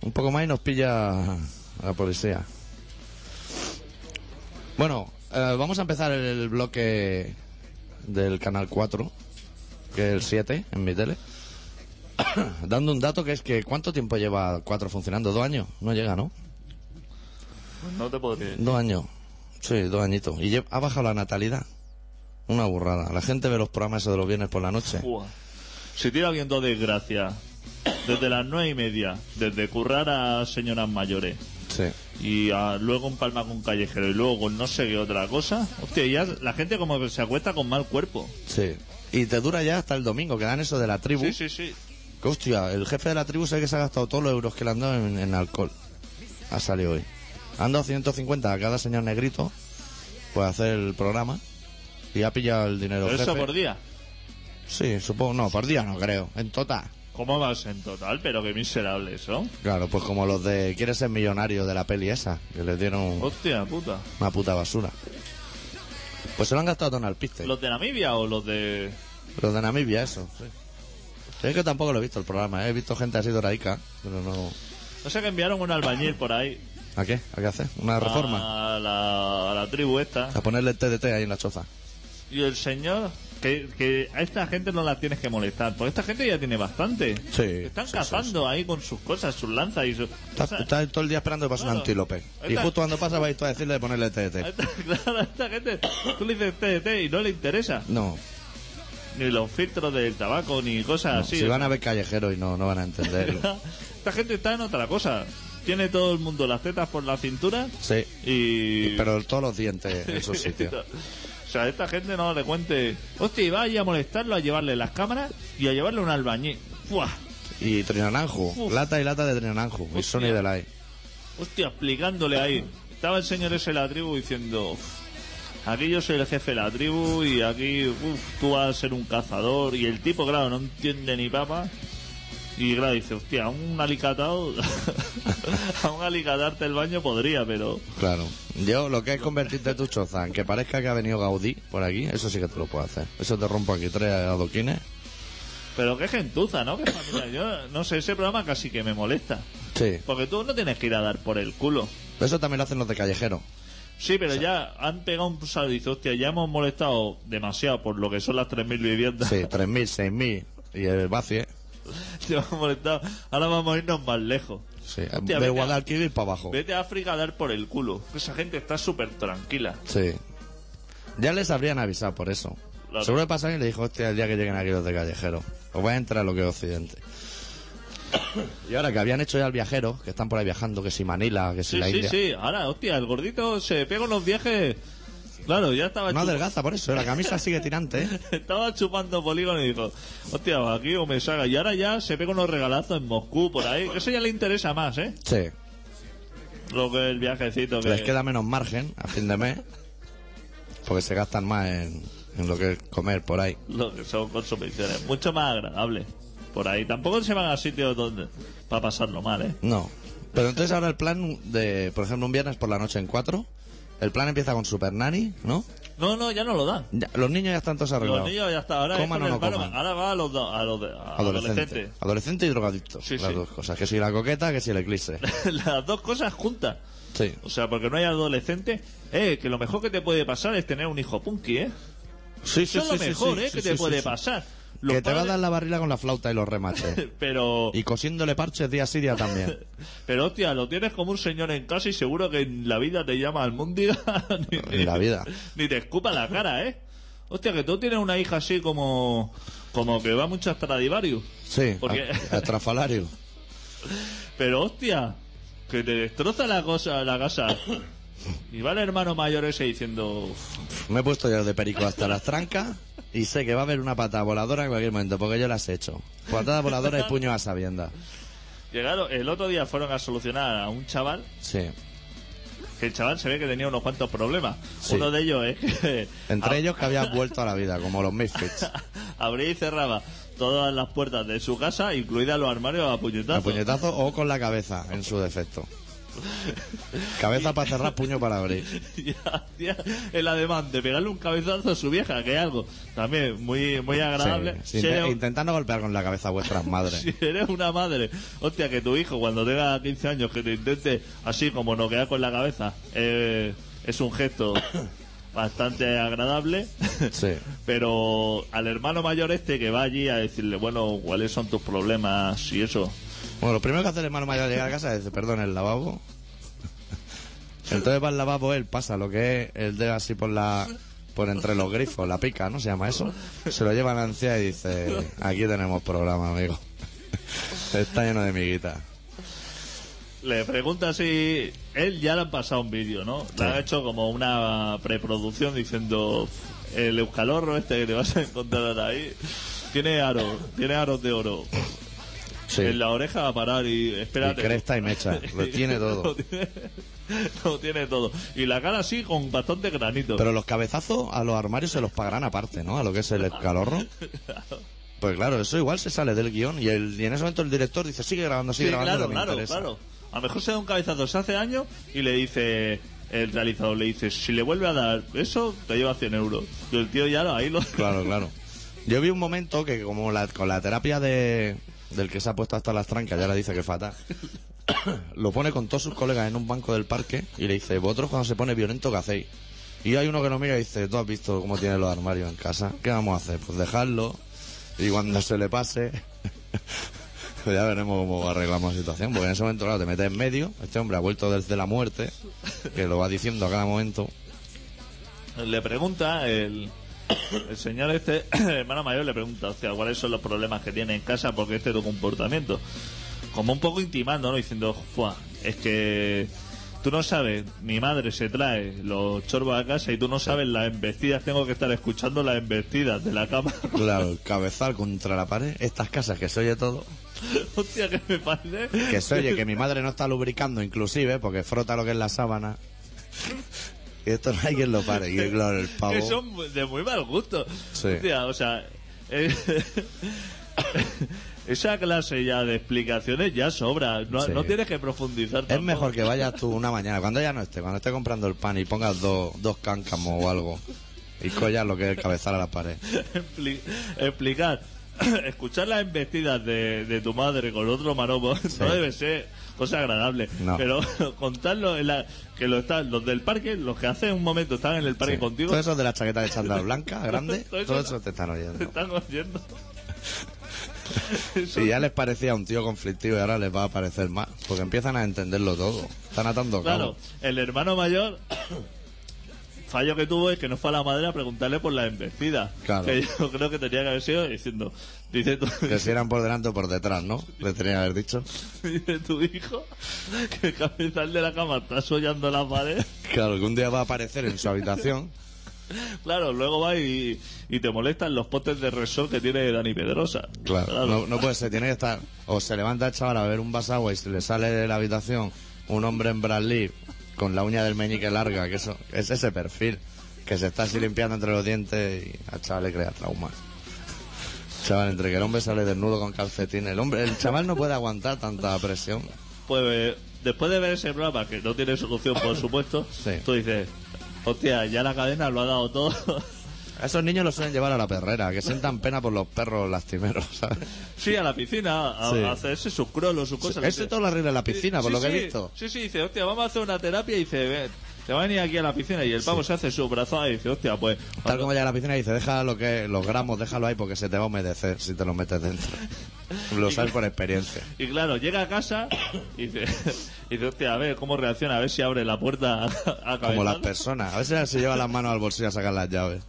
Speaker 1: Un poco más y nos pilla la policía. Bueno, eh, vamos a empezar el bloque del canal 4, que es el 7 en mi tele. Dando un dato que es que ¿cuánto tiempo lleva 4 funcionando? ¿Dos años? No llega, ¿no?
Speaker 2: No te podré...
Speaker 1: Dos años. Sí, dos añitos. Y lle- ha bajado la natalidad. Una burrada. La gente ve los programas esos de los viernes por la noche.
Speaker 2: Buah. Si tira viendo desgracia desde las nueve y media, desde currar a señoras mayores
Speaker 1: Sí.
Speaker 2: y a- luego un palma con callejero y luego con no sé qué otra cosa, hostia, ya la gente como que se acuesta con mal cuerpo.
Speaker 1: Sí. Y te dura ya hasta el domingo, que dan eso de la tribu.
Speaker 2: Sí, sí, sí.
Speaker 1: Que hostia, el jefe de la tribu sabe que se ha gastado todos los euros que le han dado en, en alcohol. Ha salido hoy. Han dado 150 a cada señor negrito por hacer el programa. Y ha pillado el dinero.
Speaker 2: Pero
Speaker 1: jefe.
Speaker 2: eso por día.
Speaker 1: Sí, supongo. No, por día no creo. En total.
Speaker 2: ¿Cómo vas en total? Pero qué miserables son.
Speaker 1: Claro, pues como los de Quieres ser millonario de la peli esa, que les dieron
Speaker 2: Hostia puta.
Speaker 1: Una puta basura. Pues se lo han gastado todo en alpiste.
Speaker 2: ¿Los de Namibia o los de.?
Speaker 1: Los de Namibia, eso. Sí. Es que tampoco lo he visto el programa. ¿eh? He visto gente así doradica, pero no...
Speaker 2: No sé que enviaron un albañil por ahí.
Speaker 1: ¿A qué? ¿A qué hacer?
Speaker 2: Ah,
Speaker 1: ¿Una reforma?
Speaker 2: A la, a la tribu esta.
Speaker 1: A ponerle el TDT ahí en la choza.
Speaker 2: Y el señor, que, que a esta gente no la tienes que molestar, porque esta gente ya tiene bastante.
Speaker 1: Sí,
Speaker 2: Están
Speaker 1: sí,
Speaker 2: cazando ahí con sus cosas, sus lanzas y su...
Speaker 1: Estás
Speaker 2: o sea,
Speaker 1: estás todo el día esperando que pase un
Speaker 2: Claro.
Speaker 1: antílope. Y
Speaker 2: Está-
Speaker 1: justo cuando pasa vais tú a decirle de ponerle el
Speaker 2: a
Speaker 1: TDT.
Speaker 2: esta, claro, a esta gente, tú le dices TDT y no le interesa.
Speaker 1: No.
Speaker 2: ni los filtros del tabaco, ni cosas así.
Speaker 1: Si van a ver callejeros y no, no van a entender.
Speaker 2: Esta gente está en otra cosa. Tiene todo el mundo las tetas por la cintura
Speaker 1: sí.
Speaker 2: y...
Speaker 1: Pero todos los dientes en su sitio.
Speaker 2: O sea, esta gente no le cuente... Hostia, y vaya a molestarlo, a llevarle las cámaras y a llevarle un albañil. ¡Fuah!
Speaker 1: Y Trinananju.
Speaker 2: Uf.
Speaker 1: Lata y lata de Trinananju. Y Sony
Speaker 2: Hostia.
Speaker 1: de Lai.
Speaker 2: Hostia, explicándole ahí. Estaba el señor ese de la tribu diciendo... "Uf, Aquí yo soy el jefe de la tribu y aquí uf, tú vas a ser un cazador. Y el tipo, claro, no entiende ni papa. Y claro, dice, hostia, a un alicatado... a un alicatarte el baño podría, pero...
Speaker 1: Claro. Yo lo que es convertirte tu choza, en que parezca que ha venido Gaudí por aquí, eso sí que te lo puedo hacer. Eso te rompo aquí tres adoquines.
Speaker 2: Pero qué gentuza, ¿no? Qué familia. Yo no sé, ese programa casi que me molesta.
Speaker 1: Sí.
Speaker 2: Porque tú no tienes que ir a dar por el culo.
Speaker 1: Eso también lo hacen los de callejero.
Speaker 2: Sí, pero ya han pegado un salto y dice, hostia, ya hemos molestado demasiado por lo que son las 3.000 viviendas.
Speaker 1: Sí, 3.000, 6.000 y el vacío.
Speaker 2: Ya hemos molestado. Ahora vamos a irnos más lejos.
Speaker 1: Sí. de
Speaker 2: Hostia, vete a-
Speaker 1: Guadalquivir para abajo.
Speaker 2: Vete a África a dar por el culo. Esa gente está súper tranquila.
Speaker 1: Sí. Ya les habrían avisado por eso.
Speaker 2: Claro.
Speaker 1: Seguro que pasa alguien y le dijo, hostia, el día que lleguen aquí los de callejero, os va a entrar lo que es Occidente. y ahora que habían hecho ya el viajero, que están por ahí viajando, que si Manila, que si
Speaker 2: Sí,
Speaker 1: la
Speaker 2: sí,
Speaker 1: India.
Speaker 2: sí. Ahora, hostia, el gordito se pega unos viajes... Claro, ya estaba
Speaker 1: No
Speaker 2: chup-
Speaker 1: adelgaza por eso, la camisa sigue tirante, ¿eh?
Speaker 2: Estaba chupando polígono y dijo, hostia, aquí o me saca. Y ahora ya se pega unos regalazos en Moscú, por ahí. Eso ya le interesa más, ¿eh?
Speaker 1: Sí.
Speaker 2: Lo que es el viajecito que...
Speaker 1: Les queda menos margen a fin de mes, porque se gastan más en, en lo que es comer por ahí.
Speaker 2: Lo que son consumiciones. Mucho más agradable. Por ahí. Tampoco se van a sitios donde... Para pasarlo mal, ¿eh?
Speaker 1: No. Pero entonces ahora el plan de, por ejemplo, un viernes por la noche en cuatro, el plan empieza con Super Nanny, ¿no?
Speaker 2: No, no, ya no lo dan.
Speaker 1: Ya, los niños ya están todos arreglados.
Speaker 2: Los niños ya está. Ahora, es
Speaker 1: Coman
Speaker 2: con
Speaker 1: o
Speaker 2: el
Speaker 1: no
Speaker 2: paro-
Speaker 1: coman.
Speaker 2: ahora va a los, do- a los de- a
Speaker 1: Adolescente.
Speaker 2: adolescentes.
Speaker 1: Adolescente y drogadicto.
Speaker 2: Sí,
Speaker 1: las
Speaker 2: sí.
Speaker 1: dos cosas. Que si la coqueta, que si el eclipse.
Speaker 2: Las dos cosas juntas.
Speaker 1: Sí.
Speaker 2: O sea, porque no hay adolescente. Eh, que lo mejor que te puede pasar es tener un hijo punky, ¿eh?
Speaker 1: Sí,
Speaker 2: Eso es lo mejor, ¿eh? que te puede pasar. Los
Speaker 1: que te va a
Speaker 2: padres-
Speaker 1: dar la barrila con la flauta y los remaches.
Speaker 2: Pero...
Speaker 1: y cosiéndole parches día sí, día también.
Speaker 2: Pero hostia, lo tienes como un señor en casa y seguro que en la vida te llama almúndiga. ni,
Speaker 1: En la vida.
Speaker 2: Ni te escupa la cara, ¿eh? Hostia, que tú tienes una hija así como. Como que va mucho a Stradivarius.
Speaker 1: Sí,
Speaker 2: Porque-
Speaker 1: a- a Trafalario.
Speaker 2: Pero hostia, que te destroza la cosa, la casa. Y va el hermano mayor ese diciendo. "Uf,
Speaker 1: Me he puesto ya de perico hasta las trancas y sé que va a haber una patada voladora en cualquier momento, porque yo las he hecho. Patada voladora y puño a sabienda.
Speaker 2: Llegaron, el otro día fueron a solucionar a un chaval,
Speaker 1: Sí.
Speaker 2: que el chaval se ve que tenía unos cuantos problemas.
Speaker 1: Sí.
Speaker 2: Uno de ellos es que
Speaker 1: Entre ellos que habían vuelto a la vida, como los Misfits.
Speaker 2: abría y cerraba todas las puertas de su casa, incluidas los armarios a
Speaker 1: A
Speaker 2: puñetazos.
Speaker 1: puñetazo o con la cabeza, en su defecto. Cabeza para cerrar, puño para abrir.
Speaker 2: Y hacía el ademán de pegarle un cabezazo a su vieja, que es algo también muy, muy agradable.
Speaker 1: Sí,
Speaker 2: Si
Speaker 1: inte-
Speaker 2: eres un-
Speaker 1: Intentando golpear con la cabeza a vuestras madres.
Speaker 2: Si eres una madre, hostia, que tu hijo cuando tenga 15 años que te intente así como noquear con la cabeza, eh, es un gesto bastante agradable.
Speaker 1: Sí.
Speaker 2: Pero al hermano mayor este que va allí a decirle, bueno, cuáles son tus problemas y eso.
Speaker 1: Bueno, lo primero que hace el hermano mayor al llegar a casa es, perdón, el lavabo. Entonces va al lavabo, él pasa lo que es el dedo así por la por entre los grifos, la pica, ¿no? Se llama eso. Se lo lleva a la anciana y dice, aquí tenemos programa, amigo. Está lleno de miguita.
Speaker 2: Le pregunta si él ya le han pasado un vídeo, ¿no? Le han hecho como una preproducción diciendo el eucalorro este que te vas a encontrar ahí tiene aros, tiene aros de oro.
Speaker 1: Sí.
Speaker 2: En la oreja va a parar
Speaker 1: Y
Speaker 2: y espérate.
Speaker 1: cresta y mecha, lo tiene
Speaker 2: Lo
Speaker 1: todo.
Speaker 2: tiene, lo tiene todo. Y la cara así con bastante granito.
Speaker 1: Pero los cabezazos a los armarios se los pagarán aparte, ¿no? A lo que es el calorro. Pues claro, eso igual se sale del guión y, el, y en ese momento el director dice, sigue grabando,
Speaker 2: Sí,
Speaker 1: sigue grabando.
Speaker 2: claro,
Speaker 1: que me
Speaker 2: claro,
Speaker 1: interesa".
Speaker 2: claro. A lo mejor se da un cabezazo se hace años y le dice el realizador, le dice, si le vuelve a dar eso, te lleva 100 euros. Y el tío ya lo- ahí lo...
Speaker 1: Claro, claro. Yo vi un momento que como la, con la terapia de, del que se ha puesto hasta las trancas, ya la dice que fatal, lo pone con todos sus colegas en un banco del parque y le dice, vosotros cuando se pone violento, ¿qué hacéis? Y hay uno que lo mira y dice, tú has visto cómo tiene los armarios en casa, ¿qué vamos a hacer? Pues dejarlo y cuando se le pase... pues Ya veremos cómo arreglamos la situación, porque en ese momento, claro, te metes en medio. Este hombre ha vuelto desde la muerte, que lo va diciendo a cada momento.
Speaker 2: Le pregunta el, El señor este, hermano mayor, le pregunta, hostia, ¿cuáles son los problemas que tiene en casa porque este es tu comportamiento? Como un poco intimando, ¿no? Diciendo, "Fua, es que tú no sabes, mi madre se trae los chorbos a casa y tú no sabes las embestidas, tengo que estar escuchando las embestidas de la cama.
Speaker 1: Claro, cabezal contra la pared. Estas casas que se oye todo.
Speaker 2: hostia, que me parece...
Speaker 1: Que se oye que mi madre no está lubricando inclusive porque frota lo que es la sábana. Y esto no hay quien lo pare. Y claro, el pavo...
Speaker 2: Que son de muy mal gusto.
Speaker 1: Sí.
Speaker 2: Hostia, o sea, eh, esa clase ya de explicaciones ya sobra. No,
Speaker 1: Sí.
Speaker 2: no tienes que profundizar.
Speaker 1: Es
Speaker 2: tampoco.
Speaker 1: mejor que vayas tú una mañana, cuando ya no esté, cuando esté comprando el pan y pongas dos, dos cáncamos o algo y collas lo que es el cabezal a la pared.
Speaker 2: Expli- explicar. Escuchar las embestidas de, de tu madre con otro maromo no debe ser cosa agradable.
Speaker 1: No.
Speaker 2: Pero contarlo en la, que lo están, los del parque, los que hace un momento estaban en el parque
Speaker 1: Sí. Pues,
Speaker 2: contigo,
Speaker 1: Todo eso de la chaqueta de chándal blanca, grande,
Speaker 2: Todo eso-
Speaker 1: todo eso te están
Speaker 2: te
Speaker 1: oyendo.
Speaker 2: están oyendo.
Speaker 1: Si ya les parecía un tío conflictivo y ahora les va a parecer más, porque empiezan a entenderlo todo. Están atando
Speaker 2: Claro,
Speaker 1: cabos.
Speaker 2: el hermano mayor fallo que tuvo es que no fue a la madre a preguntarle por la embestida.
Speaker 1: Claro.
Speaker 2: Que yo creo que tenía que haber sido diciendo, dice tu,
Speaker 1: Que si eran por delante o por detrás, ¿no? Le tenía que haber dicho.
Speaker 2: dice tu hijo que el cabezal de la cama está soñando la pared.
Speaker 1: Claro, que un día va a aparecer en su habitación.
Speaker 2: Claro, luego va y, y te molestan los potes de resort que tiene Dani Pedrosa.
Speaker 1: Claro, No, no puede ser, tiene que estar. O se levanta el chaval a beber un vaso de agua y se le sale de la habitación un hombre en Bradley con la uña del meñique larga, que eso es ese perfil, que se está así limpiando entre los dientes y al chaval le crea traumas. Chaval, entre que el hombre sale desnudo con calcetín, el hombre, el chaval no puede aguantar tanta presión.
Speaker 2: Pues eh, después de ver ese programa, que no tiene solución, por supuesto,
Speaker 1: Sí.
Speaker 2: tú dices, hostia, ya la cadena lo ha dado todo.
Speaker 1: A esos niños los suelen llevar a la perrera, que sientan pena por los perros lastimeros, ¿sabes?
Speaker 2: Sí, a la piscina, a,
Speaker 1: Sí.
Speaker 2: a hacerse sus crolos, sus cosas.
Speaker 1: Ese todo lo arregla en la piscina, por
Speaker 2: Sí,
Speaker 1: lo que
Speaker 2: sí,
Speaker 1: he visto.
Speaker 2: Sí, sí, dice, hostia, vamos a hacer una terapia y dice, "Ve, te va a venir aquí a la piscina y el pavo se hace su brazada y dice, hostia, pues...
Speaker 1: Tal como llega a la piscina y dice, deja lo que, los gramos, déjalo ahí porque se te va a humedecer si te los metes dentro. Lo sabes por experiencia.
Speaker 2: Y claro, llega a casa y dice, y dice, hostia, a ver cómo reacciona, a ver si abre la puerta a, a
Speaker 1: Como las
Speaker 2: cabezal".
Speaker 1: personas. A veces se lleva las manos al bolsillo a sacar las llaves.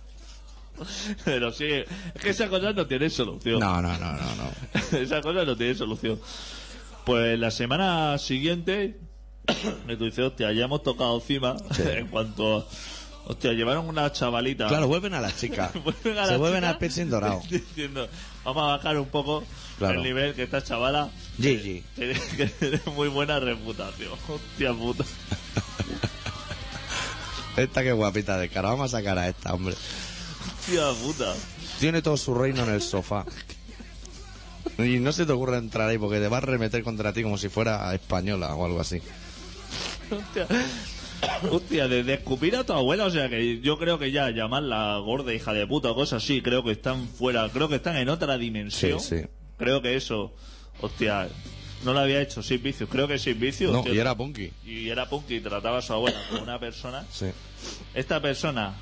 Speaker 2: Pero sí, es que esa cosa no tiene solución.
Speaker 1: No, no, no, no, no.
Speaker 2: Esa cosa no tiene solución. Pues la semana siguiente, me dice, hostia, ya hemos tocado cima en cuanto... a- Hostia, llevaron una chavalita.
Speaker 1: Claro, vuelven a las chicas.
Speaker 2: Vuelven a
Speaker 1: se
Speaker 2: la
Speaker 1: vuelven
Speaker 2: chica
Speaker 1: al piercing dorado.
Speaker 2: Diciendo, vamos a bajar un poco
Speaker 1: Claro.
Speaker 2: el nivel que esta chavala
Speaker 1: Gigi.
Speaker 2: tiene, que tiene muy buena reputación. Hostia puta.
Speaker 1: Esta que guapita de cara. Vamos a sacar a esta, hombre.
Speaker 2: Hostia puta.
Speaker 1: Tiene todo su reino en el sofá. Y no se te ocurre entrar ahí porque te va a remeter contra ti como si fuera española o algo así.
Speaker 2: Hostia. Hostia, de, de escupir a tu abuela, o sea que yo creo que ya llamarla gorda, hija de puta o cosas así, creo que están fuera, creo que están en otra dimensión.
Speaker 1: Sí, sí.
Speaker 2: Creo que eso, hostia, no lo había hecho sin vicios, creo que sin vicios.
Speaker 1: No,
Speaker 2: hostia.
Speaker 1: y era punky.
Speaker 2: y era punk y trataba a su abuela como una persona
Speaker 1: Sí.
Speaker 2: Esta persona,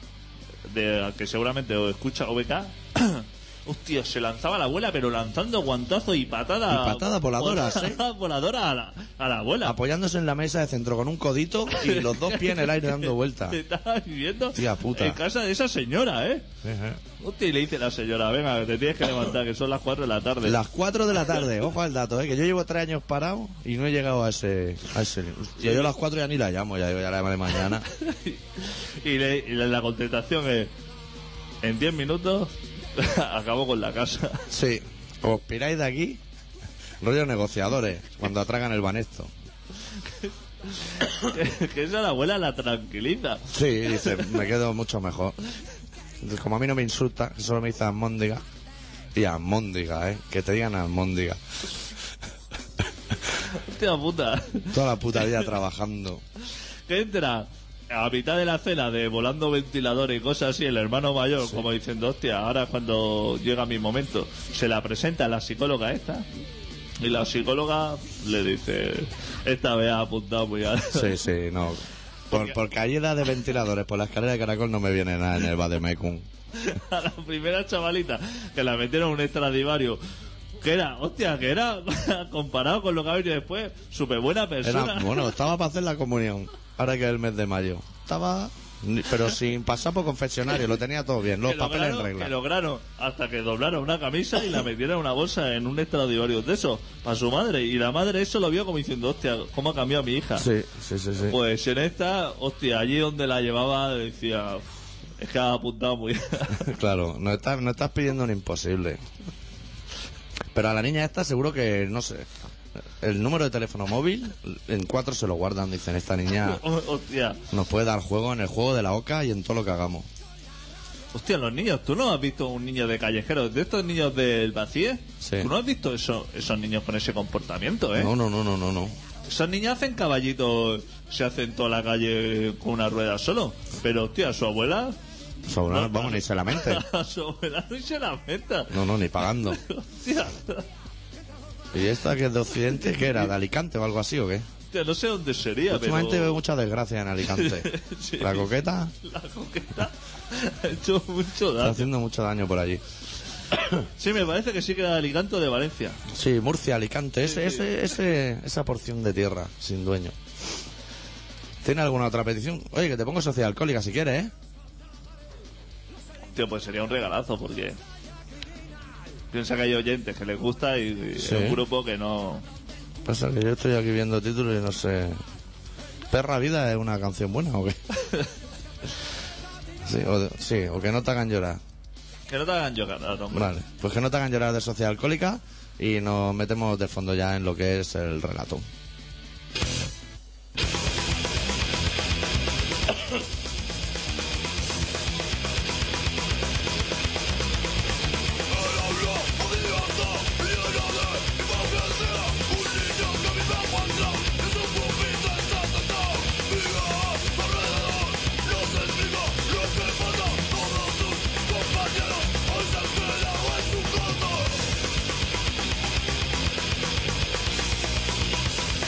Speaker 2: de, que seguramente os escucha OBK, hostia, se lanzaba a la abuela, pero lanzando guantazos y patadas.
Speaker 1: Y patadas voladoras, ¿eh?
Speaker 2: Patadas voladoras a la, a la abuela.
Speaker 1: apoyándose en la mesa de centro con un codito y los dos pies en el aire dando vueltas.
Speaker 2: Te estás viviendo
Speaker 1: Tía puta.
Speaker 2: en casa de esa señora, ¿eh? Hostia, y le dice la señora, venga, que te tienes que levantar, que son las 4 de la tarde.
Speaker 1: Las 4 de la tarde, ojo al dato, ¿eh? que yo llevo 3 años parado y no he llegado a ese... A ese nivel. Hostia, yo a las 4 ya ni la llamo, ya, digo, ya la llamaré mañana.
Speaker 2: Y, le- y la, la contestación es, en 10 minutos acabo con la casa.
Speaker 1: Sí, os piráis de aquí, rollo negociadores, cuando atragan el banesto.
Speaker 2: que esa la abuela la tranquiliza.
Speaker 1: Sí, dice, me quedo mucho mejor. Entonces, Como a mí no me insulta, que solo me dice almóndiga. Y almóndiga, ¿eh? Que te digan almóndiga.
Speaker 2: Hostia puta.
Speaker 1: Toda la puta vida trabajando.
Speaker 2: que entra a mitad de la cena de volando ventiladores y cosas así, el hermano mayor, como diciendo, hostia, ahora es cuando llega mi momento, se la presenta a la psicóloga esta. Y la psicóloga le dice, esta vez ha apuntado muy alto.
Speaker 1: Sí, sí, no. Por, por caída de ventiladores por la escalera de caracol no me viene nada en el Bademecum.
Speaker 2: A la primera chavalita que la metieron en un extradivario. Que era, hostia, que era, comparado con lo que ha venido después, súper buena persona.
Speaker 1: Era, bueno, estaba para hacer la comunión. Ahora que es el mes de mayo. Estaba Ni- Pero sin pasar por confeccionario, lo tenía todo bien, los
Speaker 2: que
Speaker 1: papeles
Speaker 2: lograron,
Speaker 1: en regla.
Speaker 2: que lograron hasta que doblaron una camisa y la metieron en una bolsa en un extraordinario de eso para su madre. Y la madre eso lo vio como diciendo, hostia, ¿cómo ha cambiado mi hija?
Speaker 1: Sí, sí, sí, sí.
Speaker 2: Pues en esta, hostia, allí donde la llevaba decía, "Uf, es que ha apuntado muy
Speaker 1: Claro, no estás, no estás pidiendo un imposible. Pero a la niña esta seguro que, no sé, el número de teléfono móvil, en cuatro se lo guardan, dicen, esta niña
Speaker 2: Hostia,
Speaker 1: nos puede dar juego en el juego de la OCA y en todo lo que hagamos.
Speaker 2: hostia, los niños, ¿tú no has visto un niño de callejeros, de estos niños del vacío?
Speaker 1: Sí.
Speaker 2: ¿Tú no has visto eso- esos niños con ese comportamiento, eh?
Speaker 1: No, no, no, no, no, no.
Speaker 2: Esos niños hacen caballitos, se hacen toda la calle con una rueda solo. Pero, hostia, su abuela...
Speaker 1: Sobre-
Speaker 2: No,
Speaker 1: vamos, ni se lamente.
Speaker 2: a su abuela no se la meta.
Speaker 1: No, no, ni pagando.
Speaker 2: Hostia,
Speaker 1: ¿Y esta que es de Occidente, que era? ¿De Alicante o algo así o qué?
Speaker 2: hostia, no sé dónde sería,
Speaker 1: Pues Últimamente veo
Speaker 2: pero...
Speaker 1: muchas desgracias en Alicante.
Speaker 2: Sí. Ah.
Speaker 1: La coqueta
Speaker 2: La coqueta ha hecho mucho
Speaker 1: está
Speaker 2: daño.
Speaker 1: haciendo mucho daño por allí.
Speaker 2: Sí, me parece que sí que era Alicante o de Valencia.
Speaker 1: Sí, Murcia, Alicante, ese,
Speaker 2: Sí, sí.
Speaker 1: ese- ese- esa porción de tierra sin dueño. ¿Tiene alguna otra petición? Oye, que te pongo sociedad alcohólica si quieres, ¿eh?
Speaker 2: Tío, pues sería un regalazo porque piensa que hay oyentes que les gusta y, y
Speaker 1: Sí.
Speaker 2: es un grupo que no.
Speaker 1: Pasa que yo estoy aquí viendo títulos y no sé. Perra Vida es una canción buena o qué? sí, o de- sí, o que no te hagan llorar.
Speaker 2: que no te hagan llorar, hombre.
Speaker 1: Vale, pues que no te hagan llorar de sociedad alcohólica y nos metemos de fondo ya en lo que es el relato.
Speaker 4: Hoy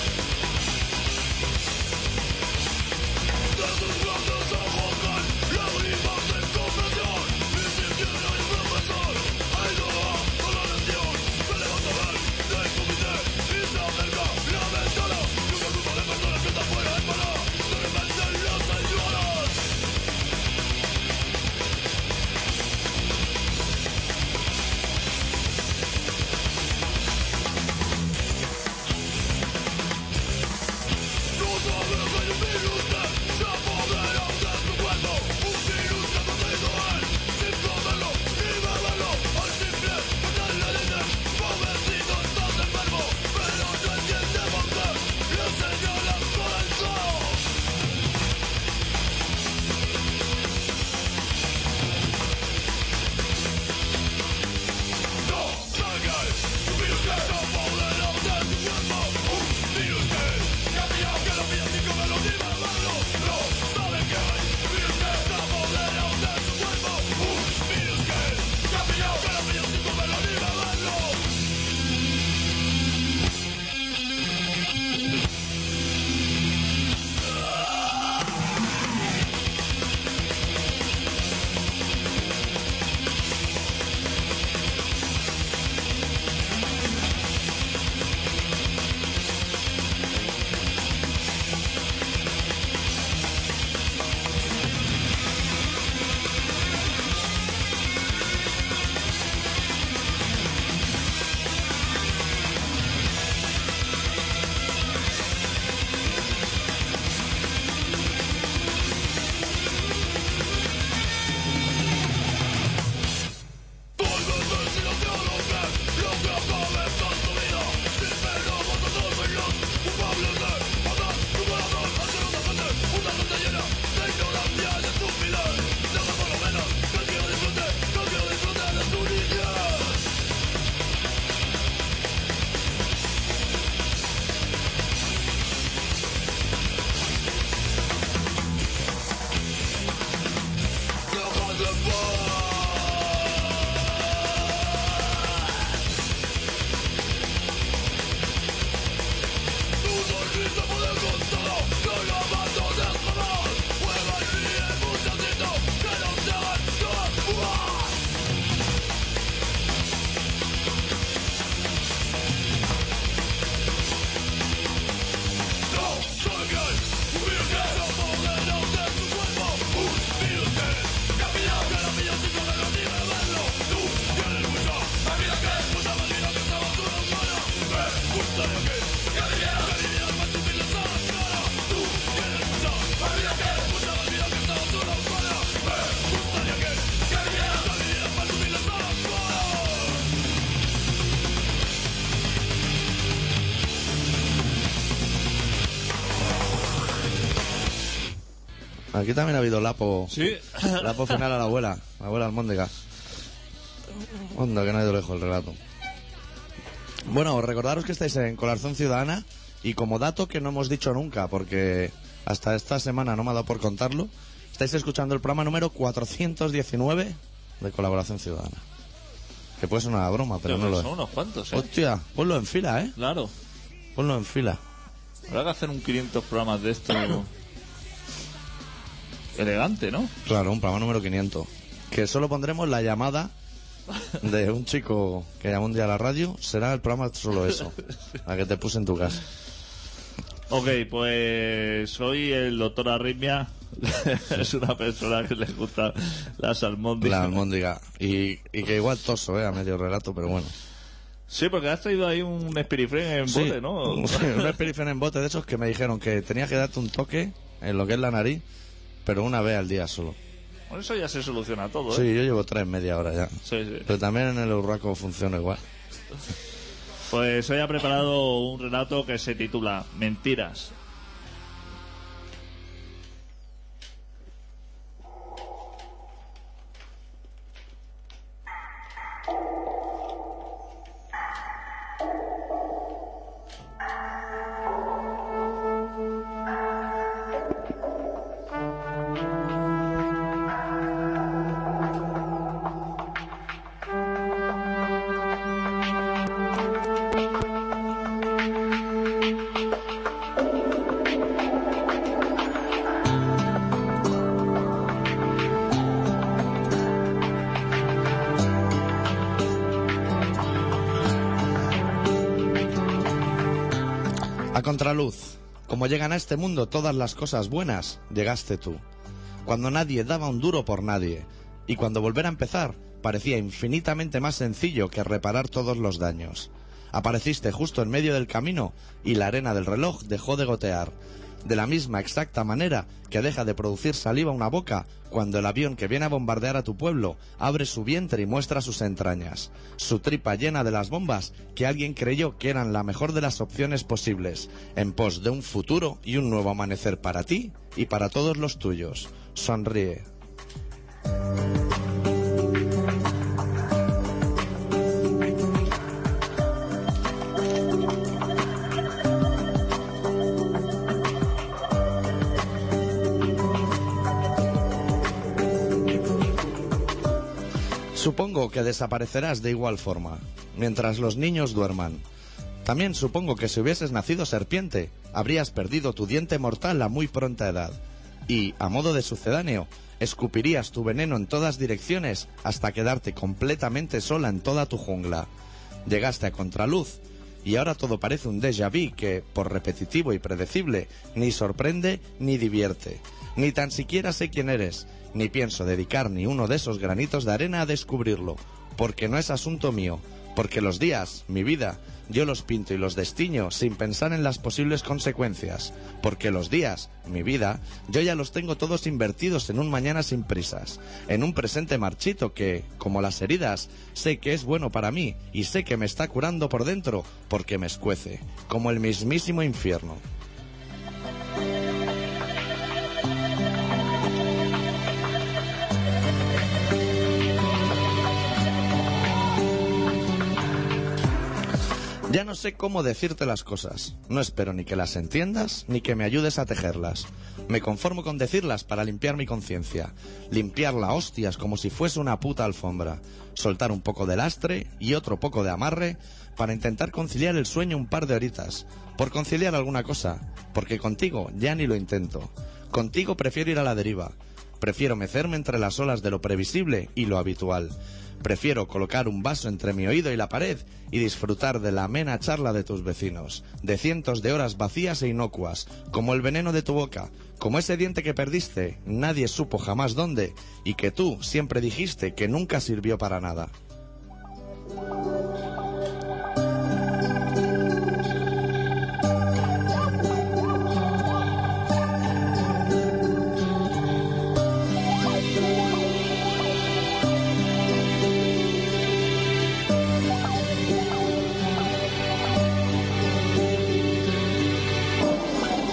Speaker 1: Aquí también ha habido lapo.
Speaker 2: Sí.
Speaker 1: Lapo final a la abuela. La abuela Almóndega. Onda, que no ha ido lejos el relato. Bueno, recordaros que estáis en Colarzón Ciudadana y como dato que no hemos dicho nunca, porque hasta esta semana no me ha dado por contarlo, estáis escuchando el programa número 419 de Colaboración Ciudadana. Que puede sonar a broma, pero
Speaker 2: Pero
Speaker 1: no lo es.
Speaker 2: son unos cuantos, ¿eh?
Speaker 1: Hostia, ponlo en fila, ¿eh?
Speaker 2: Claro.
Speaker 1: Ponlo en fila.
Speaker 2: Habrá que hacer un 500 programas de esto. Elegante, ¿no?
Speaker 1: Claro, un programa número 500. Que solo pondremos la llamada de un chico que llamó un día a la radio. Será el programa solo eso. La que te puse en tu casa.
Speaker 2: Ok, pues soy el doctor Arritmia. es una persona que le gusta las almóndigas.
Speaker 1: La almóndiga. Y, y que igual toso, ¿eh? A medio relato, pero bueno.
Speaker 2: Sí, porque has traído ahí un espirifren en
Speaker 1: Sí,
Speaker 2: bote, ¿no?
Speaker 1: sí, un espirifén en bote de esos que me dijeron que tenía que darte un toque en lo que es la nariz, pero una vez al día solo.
Speaker 2: Con eso ya se soluciona todo,
Speaker 1: Sí,
Speaker 2: ¿eh?
Speaker 1: yo llevo tres media hora ya.
Speaker 2: Sí, sí.
Speaker 1: Pero también en el urraco funciona igual.
Speaker 2: Pues hoy ha preparado un relato que se titula Mentiras.
Speaker 1: A contraluz, como llegan a este mundo todas las cosas buenas, llegaste tú. Cuando nadie daba un duro por nadie, y cuando volver a empezar parecía infinitamente más sencillo que reparar todos los daños. Apareciste justo en medio del camino y la arena del reloj dejó de gotear, de la misma exacta manera que deja de producir saliva una boca cuando el avión que viene a bombardear a tu pueblo abre su vientre y muestra sus entrañas, su tripa llena de las bombas que alguien creyó que eran la mejor de las opciones posibles, en pos de un futuro y un nuevo amanecer para ti y para todos los tuyos. Sonríe. Supongo que desaparecerás de igual forma, mientras los niños duerman. También supongo que si hubieses nacido serpiente, habrías perdido tu diente mortal a muy pronta edad. Y, a modo de sucedáneo, escupirías tu veneno en todas direcciones hasta quedarte completamente sola en toda tu jungla. Llegaste a contraluz, y ahora todo parece un déjà vu que, por repetitivo y predecible, ni sorprende ni divierte. Ni tan siquiera sé quién eres, ni pienso dedicar ni uno de esos granitos de arena a descubrirlo, porque no es asunto mío, porque los días, mi vida, yo los pinto y los destino sin pensar en las posibles consecuencias, porque los días, mi vida, yo ya los tengo todos invertidos en un mañana sin prisas, en un presente marchito que, como las heridas, sé que es bueno para mí y sé que me está curando por dentro porque me escuece, como el mismísimo infierno. Ya no sé cómo decirte las cosas. No espero ni que las entiendas ni que me ayudes a tejerlas. Me conformo con decirlas para limpiar mi conciencia. Limpiarla a hostias como si fuese una puta alfombra. Soltar un poco de lastre y otro poco de amarre para intentar conciliar el sueño un par de horitas. Por conciliar alguna cosa. Porque contigo ya ni lo intento. Contigo prefiero ir a la deriva. Prefiero mecerme entre las olas de lo previsible y lo habitual. Prefiero colocar un vaso entre mi oído y la pared y disfrutar de la amena charla de tus vecinos, de cientos de horas vacías e inocuas, como el veneno de tu boca, como ese diente que perdiste, nadie supo jamás dónde, y que tú siempre dijiste que nunca sirvió para nada.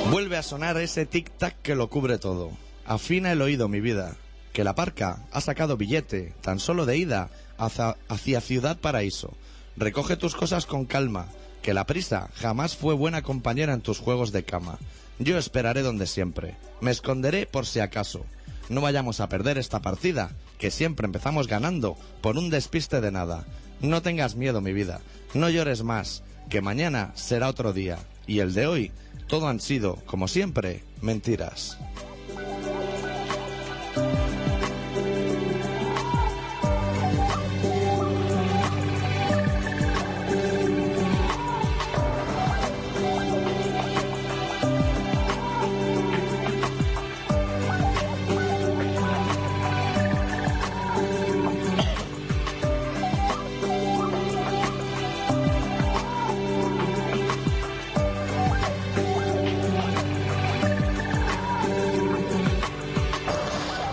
Speaker 1: Vuelve a sonar ese tic-tac que lo cubre todo. Afina el oído, mi vida, que la parca ha sacado billete, tan solo de ida, hacia, hacia Ciudad Paraíso. Recoge tus cosas con calma, que la prisa jamás fue buena compañera en tus juegos de cama. Yo esperaré donde siempre. Me esconderé por si acaso. No vayamos a perder esta partida, que siempre empezamos ganando por un despiste de nada. No tengas miedo, mi vida. No llores más, que mañana será otro día. Y el de hoy, todo han sido, como siempre, mentiras.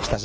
Speaker 1: Estás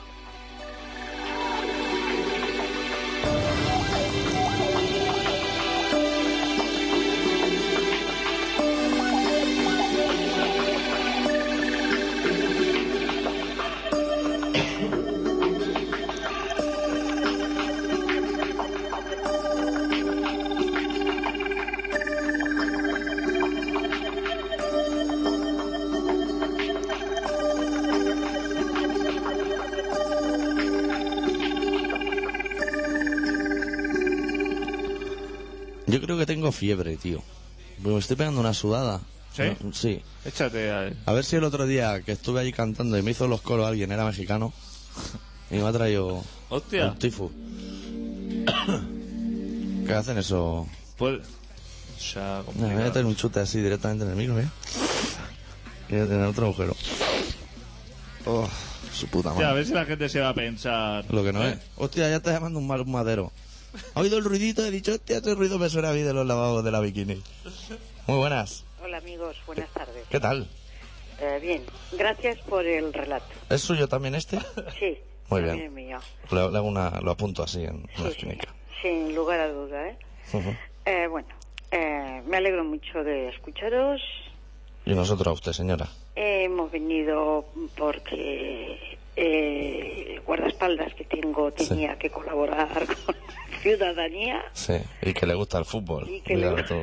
Speaker 1: Yo creo que tengo fiebre, tío. Me estoy pegando una sudada.
Speaker 2: ¿Sí?
Speaker 1: No, sí.
Speaker 2: Échate a...
Speaker 1: A ver si el otro día que estuve allí cantando y me hizo los coros alguien, era mexicano. Y me ha traído
Speaker 2: Hostia.
Speaker 1: un tifus. ¿Qué hacen eso?
Speaker 2: Pues... O sea,
Speaker 1: Mira,
Speaker 2: complicado.
Speaker 1: voy a este tener un chute así directamente en el micro, ¿eh? Y voy a tener otro agujero. Oh, su puta
Speaker 2: Hostia, a
Speaker 1: madre.
Speaker 2: ver si la gente se va a pensar...
Speaker 1: Lo que no
Speaker 2: ¿Eh?
Speaker 1: es. Hostia, ya está llamando un, mal, un madero. ¿Ha oído el ruidito? He dicho, hostia, ese ruido me suena a mí de los lavados de la bikini. Muy buenas.
Speaker 5: Hola amigos, buenas tardes.
Speaker 1: ¿Qué tal?
Speaker 5: Eh, bien, gracias por el relato.
Speaker 1: ¿Es suyo también este?
Speaker 5: Sí,
Speaker 1: Muy
Speaker 5: también
Speaker 1: bien.
Speaker 5: es mío.
Speaker 1: Le, le hago una, lo apunto así en una
Speaker 5: Sí,
Speaker 1: esquinica.
Speaker 5: sin lugar a duda. ¿eh?
Speaker 1: Ujú.
Speaker 5: Eh, bueno, eh, me alegro mucho de escucharos.
Speaker 1: Y nosotros a usted, señora.
Speaker 5: hemos venido porque eh, el guardaespaldas que tengo tenía que colaborar con ciudadanía
Speaker 1: Sí. Y que le gusta el fútbol.
Speaker 5: Y que
Speaker 1: Mira
Speaker 5: le-
Speaker 1: todo.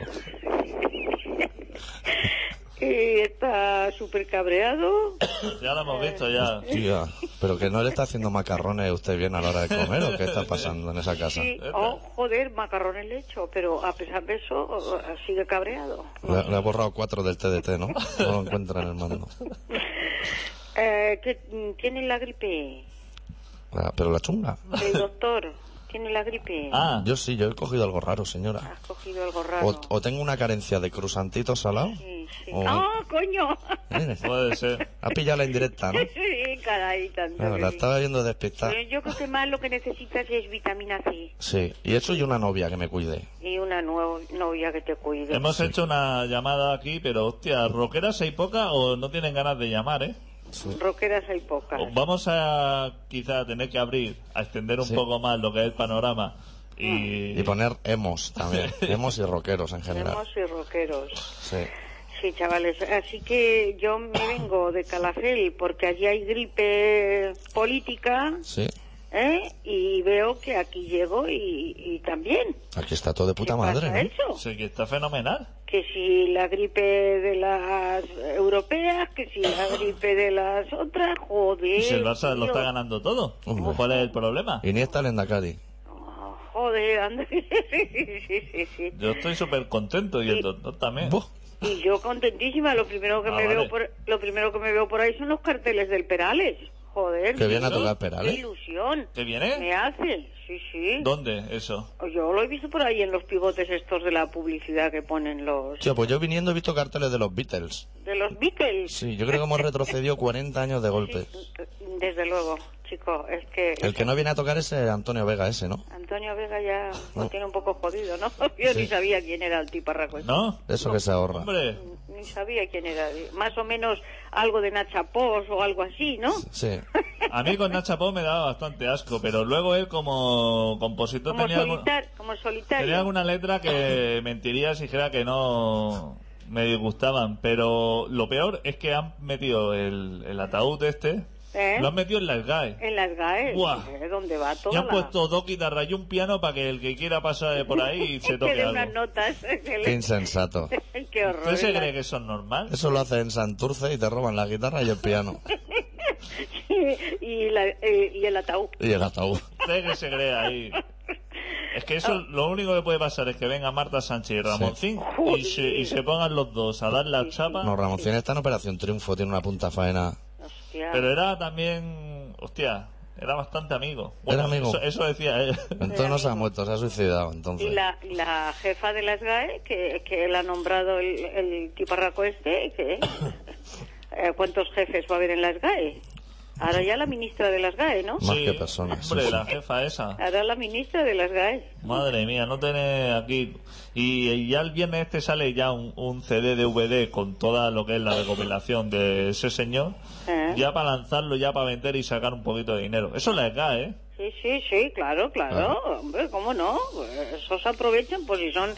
Speaker 5: y está súper cabreado.
Speaker 2: Ya lo hemos visto, ya.
Speaker 1: Tía, pero que no le está haciendo macarrones usted bien a la hora de comer o qué está pasando en esa casa.
Speaker 5: Sí,
Speaker 1: eh.
Speaker 5: oh, joder, macarrones le echo, pero a pesar de eso eh, sigue cabreado.
Speaker 1: Le, le ha borrado cuatro del TDT, ¿no? No lo encuentra en el mando.
Speaker 5: Eh, que mm, tiene la gripe,
Speaker 1: Ah, Pero la chunga.
Speaker 5: el doctor, tiene la gripe.
Speaker 2: Ah,
Speaker 1: Yo sí, yo he cogido algo raro, señora.
Speaker 5: Has cogido algo raro.
Speaker 1: O, o tengo una carencia de crusantitos salado.
Speaker 5: Sí, sí.
Speaker 1: o-
Speaker 5: ¡Ah, coño!
Speaker 1: Mire,
Speaker 2: puede ser.
Speaker 1: Ha pillado la indirecta, Ah, ¿no?
Speaker 5: sí, caray, tanto.
Speaker 1: Ah,
Speaker 5: que
Speaker 1: La
Speaker 5: sí.
Speaker 1: estaba viendo despistada.
Speaker 5: Pero Yo creo que más lo que necesitas es vitamina C
Speaker 1: Sí, y eso y una novia que me cuide.
Speaker 5: y una nueva novia que te cuide.
Speaker 2: Hemos hecho una llamada aquí, pero hostia, ¿roqueras hay pocas o no tienen ganas de llamar, eh?
Speaker 5: Roqueras hay pocas.
Speaker 2: O Vamos a quizá tener que abrir, a extender un
Speaker 1: Sí.
Speaker 2: poco más lo que es el panorama y...
Speaker 1: Y poner emos también. Emos y rockeros en general.
Speaker 5: Tenemos y roqueros.
Speaker 1: Sí.
Speaker 5: Sí, chavales. Así que yo me vengo de Calafell porque allí hay gripe política
Speaker 1: Sí.
Speaker 5: ¿eh? y veo que aquí llego y, y también.
Speaker 1: Aquí está todo de puta
Speaker 5: ¿Qué
Speaker 1: madre,
Speaker 5: pasa eh?
Speaker 1: ¿no?
Speaker 5: eso?
Speaker 2: Sí, que está fenomenal.
Speaker 5: que si la gripe de las europeas, que si la gripe de las otras, joder.
Speaker 2: Y si el Barça lo
Speaker 5: tío.
Speaker 2: está ganando todo,
Speaker 1: Hombre.
Speaker 2: ¿cuál es el problema?
Speaker 1: Iniesta Lendakari.
Speaker 5: Oh, joder, anda. sí, sí, sí, sí.
Speaker 2: Yo estoy súper contento y el doctor también.
Speaker 1: Buh.
Speaker 5: Y yo contentísima, lo primero que
Speaker 2: Ah,
Speaker 5: me
Speaker 2: vale.
Speaker 5: veo por lo primero que me veo por ahí son los carteles del Perales. Joder.
Speaker 1: Que viene a
Speaker 5: tío,
Speaker 1: tocar Perales.
Speaker 5: Qué ilusión.
Speaker 2: ¿Te viene?
Speaker 5: Me hace. Sí, sí.
Speaker 2: ¿Dónde eso?
Speaker 5: Yo lo he visto por ahí en los pivotes estos de la publicidad que ponen los
Speaker 1: Tío, pues yo viniendo he visto carteles de los Beatles.
Speaker 5: de los Beatles.
Speaker 1: Sí, yo creo que hemos retrocedido 40 años de golpe.
Speaker 5: Desde luego, chico, es que
Speaker 1: El que no viene a tocar es eh, Antonio Vega ese, ¿no?
Speaker 5: Antonio Vega ya lo
Speaker 1: No.
Speaker 5: tiene un poco jodido, ¿no? Yo
Speaker 1: Sí.
Speaker 5: ni sabía quién era el tiparraco. ese.
Speaker 2: ¿No?
Speaker 1: Eso que se ahorra.
Speaker 2: Hombre,
Speaker 5: ni sabía quién era. Más o menos algo de Nacha Pos o algo así, ¿no?
Speaker 1: Sí.
Speaker 2: A mí con Nacha Po me daba bastante asco, pero luego él como compositor
Speaker 5: Como,
Speaker 2: tenía, algu-
Speaker 5: solitar- como solitario.
Speaker 2: tenía alguna letra que mentiría si dijera que no me disgustaban. Pero lo peor es que han metido el, el ataúd este,
Speaker 5: ¿Eh?
Speaker 2: lo han metido en las GAE.
Speaker 5: En las GAES,
Speaker 2: Buah.
Speaker 5: ¿eh? donde va todo.
Speaker 2: Y han puesto dos guitarras y un piano para que el que quiera pasar por ahí se toque
Speaker 5: unas
Speaker 2: algo.
Speaker 5: notas. que le-
Speaker 1: Qué insensato.
Speaker 5: Qué horror.
Speaker 2: ¿Usted se cree que eso es normal?
Speaker 1: Eso lo hacen en Santurce y te roban la guitarra y el piano.
Speaker 5: y, la- eh, y el ataúd.
Speaker 1: Y el ataúd.
Speaker 2: Usted que se cree ahí. Es que
Speaker 5: Ah.
Speaker 2: eso, lo único que puede pasar es que venga Marta Sánchez y Ramoncín y, se, y se pongan los dos a dar la chapa.
Speaker 1: No, Ramoncín está en Operación Triunfo, tiene una punta faena.
Speaker 5: Hostia.
Speaker 2: Pero era también, hostia, era bastante amigo. Bueno,
Speaker 1: Era amigo.
Speaker 2: Eso, eso decía él.
Speaker 1: Entonces no se ha muerto, se ha suicidado. Entonces.
Speaker 5: Y la, y la jefa de las GAE, que, que él ha nombrado el, el tiparraco este, que, eh, ¿cuántos jefes va a haber en las GAE? Ahora ya la ministra de las GAE, ¿no?
Speaker 1: Más que personas, sí,
Speaker 2: Hombre,
Speaker 1: sí.
Speaker 2: la jefa esa.
Speaker 5: Ahora la ministra de las GAE.
Speaker 2: Madre mía, no tiene aquí. Y, y ya el viernes este sale ya un, un CD DVD con toda lo que es la recopilación de ese señor.
Speaker 5: ¿Eh?
Speaker 2: Ya para lanzarlo, ya para vender y sacar un poquito de dinero. Eso la cae, ¿eh?
Speaker 5: Sí, sí, sí, claro, claro.
Speaker 1: Ah.
Speaker 5: Hombre, ¿cómo no? Eh, Esos aprovechan, pues si son eh,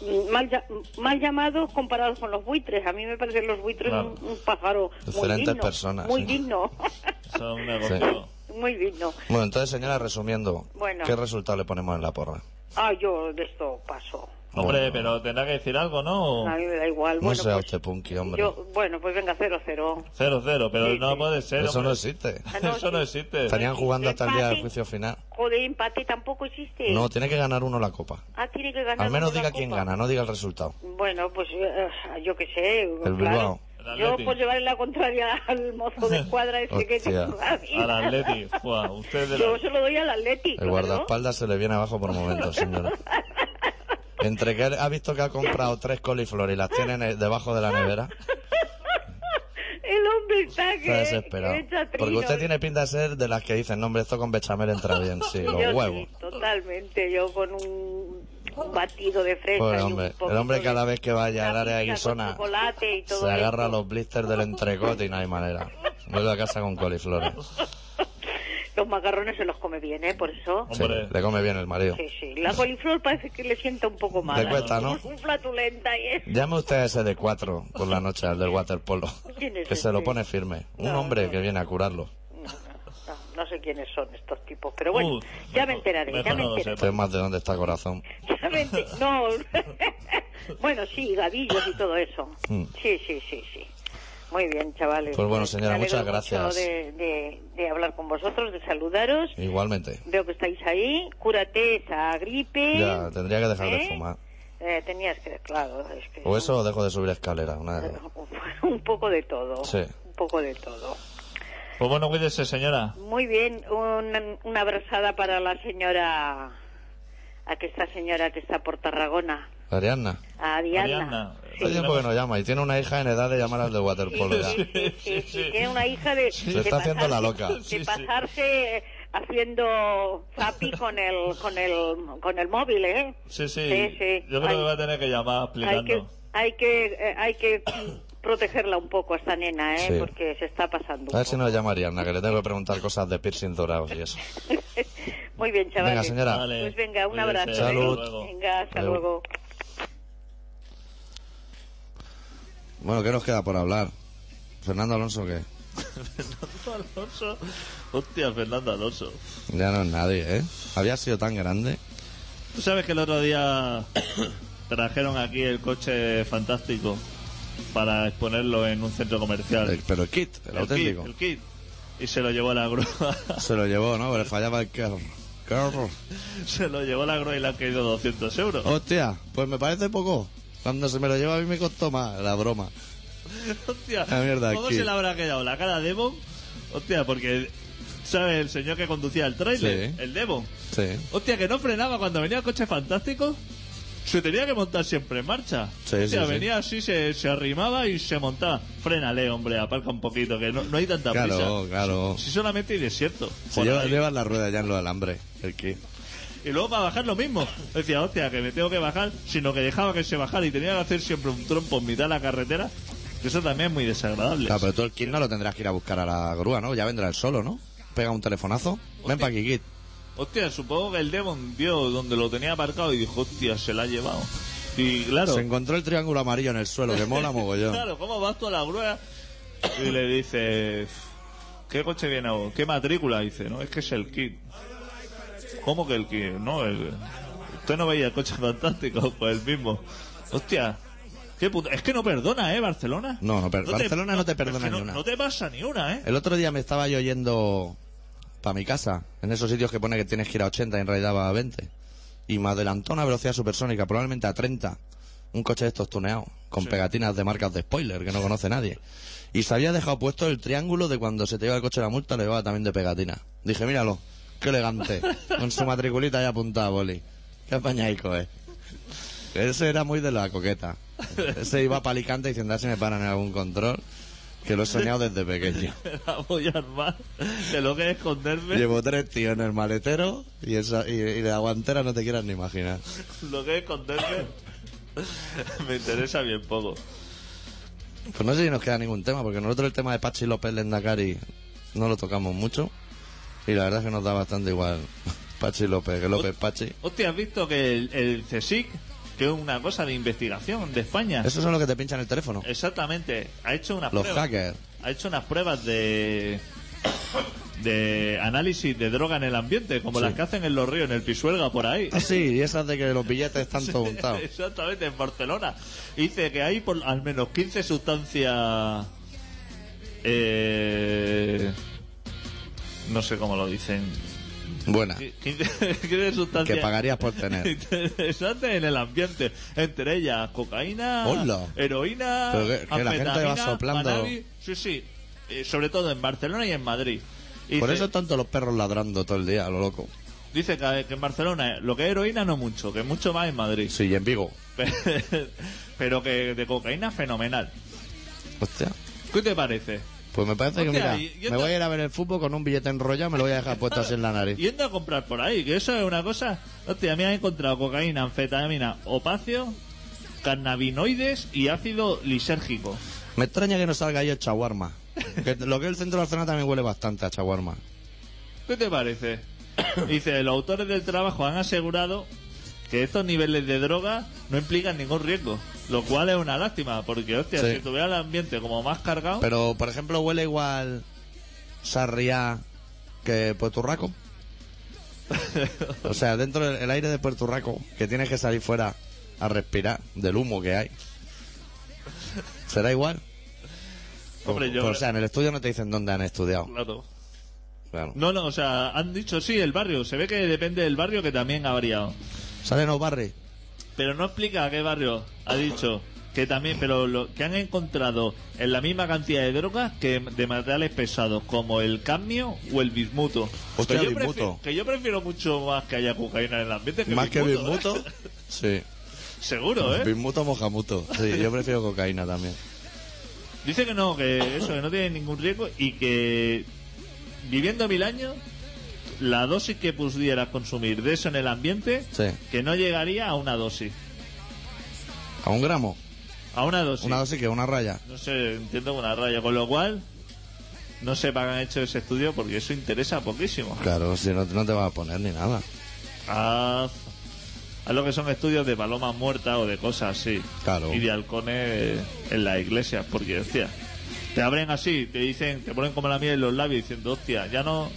Speaker 5: eh, mal, ya- mal llamados comparados con los buitres. A mí me parecen los buitres
Speaker 2: Claro.
Speaker 5: un, un pájaro muy
Speaker 1: Diferentes
Speaker 5: digno.
Speaker 1: personas,
Speaker 5: muy
Speaker 1: sí.
Speaker 5: digno.
Speaker 2: Eso es un negocio.
Speaker 5: muy digno.
Speaker 1: Bueno, entonces, señora, resumiendo,
Speaker 5: Bueno.
Speaker 1: ¿qué resultado le ponemos en la porra?
Speaker 5: Ah, yo de esto paso.
Speaker 2: Hombre,
Speaker 1: Bueno.
Speaker 2: pero tendrá que decir algo,
Speaker 1: Oh.
Speaker 2: ¿no?
Speaker 5: A mí me da igual.
Speaker 1: No
Speaker 5: bueno,
Speaker 1: sea
Speaker 5: pues,
Speaker 1: usted punky, hombre.
Speaker 5: yo, bueno, pues venga, cero, cero.
Speaker 2: Cero, cero, pero
Speaker 5: Sí,
Speaker 2: no
Speaker 5: sí.
Speaker 2: puede ser.
Speaker 1: Eso
Speaker 2: hombre.
Speaker 1: no existe.
Speaker 5: Ah, no,
Speaker 2: Eso no
Speaker 5: sí.
Speaker 2: existe.
Speaker 1: Estarían jugando hasta el día del
Speaker 5: Empate.
Speaker 1: juicio final.
Speaker 5: Joder, empate tampoco existe.
Speaker 1: No, tiene que ganar uno la copa.
Speaker 5: Ah, tiene que ganar.
Speaker 1: Al menos
Speaker 5: uno la
Speaker 1: diga quién
Speaker 5: copa.
Speaker 1: gana, no diga el resultado.
Speaker 5: Bueno, pues eh, yo qué sé. claro.
Speaker 1: Bilbao.
Speaker 2: El
Speaker 5: Yo
Speaker 2: Atleti.
Speaker 5: por llevarle la contraria al mozo de escuadra ese que
Speaker 1: Hostia.
Speaker 5: tengo la vida.
Speaker 2: Al Atleti. Fua, usted de la-
Speaker 5: Yo se lo doy al Atleti.
Speaker 1: El
Speaker 5: claro.
Speaker 1: guardaespaldas se le viene abajo por momentos, señora. Entre que él ha visto que ha comprado tres coliflores y las tiene en el- debajo de la nevera,
Speaker 5: El hombre está que,
Speaker 1: está desesperado.
Speaker 5: que echa trinos.
Speaker 1: Porque usted tiene pinta de ser de las que dicen, no, hombre, esto con bechamel entra bien, sí, los
Speaker 5: Yo sí,
Speaker 1: huevos.
Speaker 5: totalmente. Yo con un, un batido de fresa.
Speaker 1: Pobre
Speaker 5: y un
Speaker 1: hombre, el
Speaker 5: poquito
Speaker 1: hombre
Speaker 5: de-
Speaker 1: cada vez que vaya al área de
Speaker 5: pizza con
Speaker 1: Guisona
Speaker 5: chocolate y todo
Speaker 1: se agarra
Speaker 5: eso.
Speaker 1: los blisters del entrecote y no hay manera. Vuelve a casa con coliflores.
Speaker 5: Los macarrones se los come bien, ¿eh? Por eso.
Speaker 1: Sí,
Speaker 2: Hombre.
Speaker 1: le come bien el marido.
Speaker 5: Sí, sí. La coliflor parece que le sienta un poco mal.
Speaker 1: Le cuesta, ¿no?
Speaker 5: Un flatulenta y es...
Speaker 1: Llame usted a ese de cuatro por la noche, al del waterpolo,
Speaker 5: ¿Quién es
Speaker 1: que se lo
Speaker 5: ese?
Speaker 1: pone firme. Un
Speaker 5: No,
Speaker 1: hombre
Speaker 5: no.
Speaker 1: que viene a curarlo.
Speaker 5: No, no sé quiénes son estos tipos, pero bueno,
Speaker 2: Uh,
Speaker 5: ya me enteraré,
Speaker 2: mejor
Speaker 5: ya me
Speaker 2: no lo
Speaker 5: enteraré.
Speaker 1: Usted más de dónde está corazón.
Speaker 5: Ya me enter- No. bueno, sí, gavillos y todo eso.
Speaker 1: Mm.
Speaker 5: Sí, sí, sí, sí. Muy bien, chavales.
Speaker 1: Pues bueno, señora,
Speaker 5: Me alegro
Speaker 1: muchas
Speaker 5: mucho
Speaker 1: gracias.
Speaker 5: De, de- de hablar con vosotros, de saludaros.
Speaker 1: Igualmente.
Speaker 5: Veo que estáis ahí. Cúrate esa gripe.
Speaker 1: Ya, tendría que dejar de
Speaker 5: ¿Eh?
Speaker 1: fumar.
Speaker 5: Eh, tenías que, claro. es que-
Speaker 1: O eso o dejo de subir escalera, una de dos.
Speaker 5: Un poco de todo.
Speaker 1: Sí.
Speaker 5: Un poco de todo.
Speaker 2: Pues bueno, cuídese, señora.
Speaker 5: Muy bien, un- una abrazada para la señora, a que esta señora que está por Tarragona,
Speaker 1: Ariadna.
Speaker 5: a Diana.
Speaker 2: Ariadna.
Speaker 1: Hace tiempo que no llama y tiene una hija en edad de llamar al de waterpolo ya.
Speaker 5: Sí, sí, sí, sí, tiene una hija de,
Speaker 1: Se
Speaker 5: de
Speaker 1: está haciendo la loca.
Speaker 5: de
Speaker 2: Sí, sí.
Speaker 5: pasarse eh, haciendo zapi con el con el con el móvil, ¿eh?
Speaker 2: Sí, sí.
Speaker 5: Sí, sí.
Speaker 2: Yo creo
Speaker 5: Ay.
Speaker 2: que va a tener que llamar
Speaker 5: Hay que
Speaker 2: explicando.
Speaker 5: hay que eh, hay que protegerla un poco a esta nena, ¿eh?
Speaker 1: Sí.
Speaker 5: Porque se está
Speaker 1: A
Speaker 5: pasando. Un
Speaker 1: ver si
Speaker 5: poco.
Speaker 1: nos llama Ariadna, que le tengo que preguntar cosas de piercing dorados y eso.
Speaker 5: Muy bien, chavales.
Speaker 1: Venga, señora.
Speaker 2: Vale.
Speaker 5: Pues venga, un
Speaker 2: Cuídese.
Speaker 5: abrazo. ¿eh?
Speaker 1: Salud.
Speaker 5: Venga, hasta
Speaker 1: Salud.
Speaker 5: luego.
Speaker 1: Bueno, ¿qué nos queda por hablar? Fernando Alonso, ¿qué?
Speaker 2: Fernando Alonso. Hostia, Fernando Alonso.
Speaker 1: Ya no es nadie, ¿eh? Había sido tan grande.
Speaker 2: Tú sabes que el otro día trajeron aquí el coche fantástico para exponerlo en un centro comercial.
Speaker 1: El- pero el kit, el,
Speaker 2: kit,
Speaker 1: auténtico.
Speaker 2: el kit. Y se lo llevó a la grúa.
Speaker 1: Se lo llevó, ¿no? Le fallaba el carro. Carro.
Speaker 2: se lo llevó a la grúa y le han caído 200 euros.
Speaker 1: Hostia, pues me parece poco. Cuando se me lo lleva a mí me costó más la broma.
Speaker 2: Hostia,
Speaker 1: La mierda
Speaker 2: ¿cómo
Speaker 1: aquí.
Speaker 2: se le habrá quedado la cara a Devon? Hostia, porque, ¿sabes? El señor que conducía el trailer,
Speaker 1: Sí.
Speaker 2: el Devon.
Speaker 1: Sí,
Speaker 2: Hostia, que no frenaba cuando venía el coche fantástico. Se tenía que montar siempre en marcha.
Speaker 1: Sí,
Speaker 2: Hostia,
Speaker 1: sí, sí.
Speaker 2: venía así, se, se arrimaba y se montaba. Frénale, hombre, aparca un poquito, que no, no hay tanta
Speaker 1: claro,
Speaker 2: prisa.
Speaker 1: claro.
Speaker 2: Si solamente hay desierto.
Speaker 1: Si
Speaker 2: Por
Speaker 1: lleva-
Speaker 2: ahí.
Speaker 1: llevas la rueda ya en los alambres, el kit.
Speaker 2: y luego para bajar lo mismo. Decía, hostia, que me tengo que bajar, sino que dejaba que se bajara y tenía que hacer siempre un trompo en mitad de la carretera. que Eso también es muy desagradable.
Speaker 1: Claro, pero tú el kit no lo tendrás que ir a buscar a la grúa, ¿no? Ya vendrá él solo, ¿no? Pega un telefonazo. Ven para aquí, kit.
Speaker 2: Hostia, supongo que el Demon vio donde lo tenía aparcado y dijo, hostia, se la ha llevado. Y claro,
Speaker 1: Se encontró el triángulo amarillo en el suelo, que mola mogollón.
Speaker 2: claro, ¿cómo vas tú a la grúa? Y le dices, ¿qué coche viene a vos? ¿Qué matrícula? Y dice, no, es que es el kit. ¿Cómo que el kit? No, el... usted no veía el coche fantástico, pues el mismo. Hostia. Qué puta... Es que no perdona, ¿eh, Barcelona?
Speaker 1: No, no, pero Barcelona no te perdona
Speaker 2: es que
Speaker 1: ni una.
Speaker 2: No te pasa ni una, ¿eh?
Speaker 1: El otro día me estaba yo yendo para mi casa, en esos sitios que pone que tienes que ir a 80 y en realidad va a 20. Y me adelantó a una velocidad supersónica, probablemente a 30. Un coche de estos tuneados, con pegatinas de marcas de spoiler que no conoce nadie. Y se había dejado puesto el triángulo de cuando se te iba el coche la multa, le llevaba también de pegatina. Dije, míralo, qué elegante. Con su matriculita ya apuntada, boli. Qué apañaico es. Ese era muy de la coqueta. Ese iba para Alicante diciendo, a ver si me paran en algún control, que lo he soñado desde pequeño.
Speaker 2: La voy a armar de lo que es esconderme.
Speaker 1: Llevo tres tíos en el maletero y, esa, y, y la guantera no te quieras ni imaginar.
Speaker 2: Lo que es esconderme me interesa bien poco.
Speaker 1: Pues no sé si nos queda ningún tema, porque nosotros el tema de Pachi López Lendakari no lo tocamos mucho. Y la verdad es que nos da bastante igual Pachi López que López Pachi.
Speaker 2: Hostia, ¿has visto que el, el CSIC, que es una cosa de investigación de España,
Speaker 1: Esos son los que te pinchan el teléfono.
Speaker 2: Eh, exactamente, ha hecho unas
Speaker 1: Los
Speaker 2: pruebas.
Speaker 1: hackers.
Speaker 2: Ha hecho unas pruebas de de análisis de droga en el ambiente, como las que hacen en los ríos, en el Pisuelga, por ahí.
Speaker 1: Ah, sí, y esas de que los billetes están todos untados.
Speaker 2: Exactamente, en Barcelona. Dice que hay por al menos 15 sustancias. eh, no sé cómo lo dicen.
Speaker 1: Buena.
Speaker 2: 15, 15 sustancias.
Speaker 1: Ah. Que pagarías por tener.
Speaker 2: interesantes en el ambiente. Entre ellas, cocaína,
Speaker 1: Hola.
Speaker 2: heroína,
Speaker 1: Pero que- que la gente va
Speaker 2: anfetamina,
Speaker 1: soplando.
Speaker 2: cannabis. Sí, sí. Eh, sobre todo en Barcelona y en Madrid. Y
Speaker 1: Por
Speaker 2: dice-
Speaker 1: eso tanto los perros ladrando todo el día, a lo loco.
Speaker 2: Dice que, que en Barcelona eh, lo que es heroína no mucho, que mucho más en Madrid.
Speaker 1: Sí, y en Vigo.
Speaker 2: Pero que de cocaína fenomenal.
Speaker 1: Hostia.
Speaker 2: ¿Qué te parece?
Speaker 1: Pues me parece que,
Speaker 2: Hostia,
Speaker 1: mira,
Speaker 2: y- y
Speaker 1: me
Speaker 2: esta-
Speaker 1: voy a ir a ver el fútbol con un billete enrollado, me lo voy a dejar puesto así en la nariz.
Speaker 2: Yendo a comprar por ahí, que eso es una cosa. Hostia, me han encontrado cocaína, anfetamina, opacio, cannabinoides y ácido lisérgico.
Speaker 1: Me extraña que no salga ahí el chaguarma. Que lo que es el centro de Barcelona también huele bastante a chaguarma.
Speaker 2: ¿Qué te parece? Dice, los autores del trabajo han asegurado que estos niveles de droga no implican ningún riesgo, lo cual es una lástima, porque hostia,
Speaker 1: Sí.
Speaker 2: si tuviera el ambiente como más cargado,
Speaker 1: Pero, por ejemplo, huele igual Sarriá que Puerto Rico. o sea, dentro del el aire de Puerto Rico, que tienes que salir fuera a respirar del humo que hay. ¿Será igual?
Speaker 2: Hombre, yo-
Speaker 1: O sea, en el estudio no te dicen dónde han estudiado.
Speaker 2: claro.
Speaker 1: Claro.
Speaker 2: No, no, o sea, han dicho sí, el barrio, se ve que depende del barrio que también ha variado.
Speaker 1: Salen los barrios.
Speaker 2: Pero no explica a qué barrio ha dicho que también, pero lo, que han encontrado en la misma cantidad de drogas que de materiales pesados, como el cadmio o el bismuto.
Speaker 1: Hostia,
Speaker 2: que, yo
Speaker 1: bismuto.
Speaker 2: Prefiero, que yo prefiero mucho más que haya cocaína en el ambiente que
Speaker 1: Más que
Speaker 2: bismuto.
Speaker 1: bismuto. Sí.
Speaker 2: Seguro, ¿eh?
Speaker 1: Bismuto mojamuto. Sí, yo prefiero cocaína también.
Speaker 2: Dice que no, que eso, que no tiene ningún riesgo y que viviendo mil años, la dosis que pudieras consumir de eso en el ambiente,
Speaker 1: Sí.
Speaker 2: que no llegaría a una dosis.
Speaker 1: A un gramo.
Speaker 2: A una dosis.
Speaker 1: Una dosis que una raya.
Speaker 2: No sé, entiendo que una raya. Con lo cual, no sé para qué han hecho ese estudio porque eso interesa poquísimo.
Speaker 1: Claro, si no, no te vas a poner ni nada.
Speaker 2: Haz, haz Ah, lo que son estudios de palomas muertas o de cosas así.
Speaker 1: Claro.
Speaker 2: Y de halcones en las iglesias, porque, hostia, te abren así, te dicen, te ponen como la miel en los labios diciendo, hostia, ya no.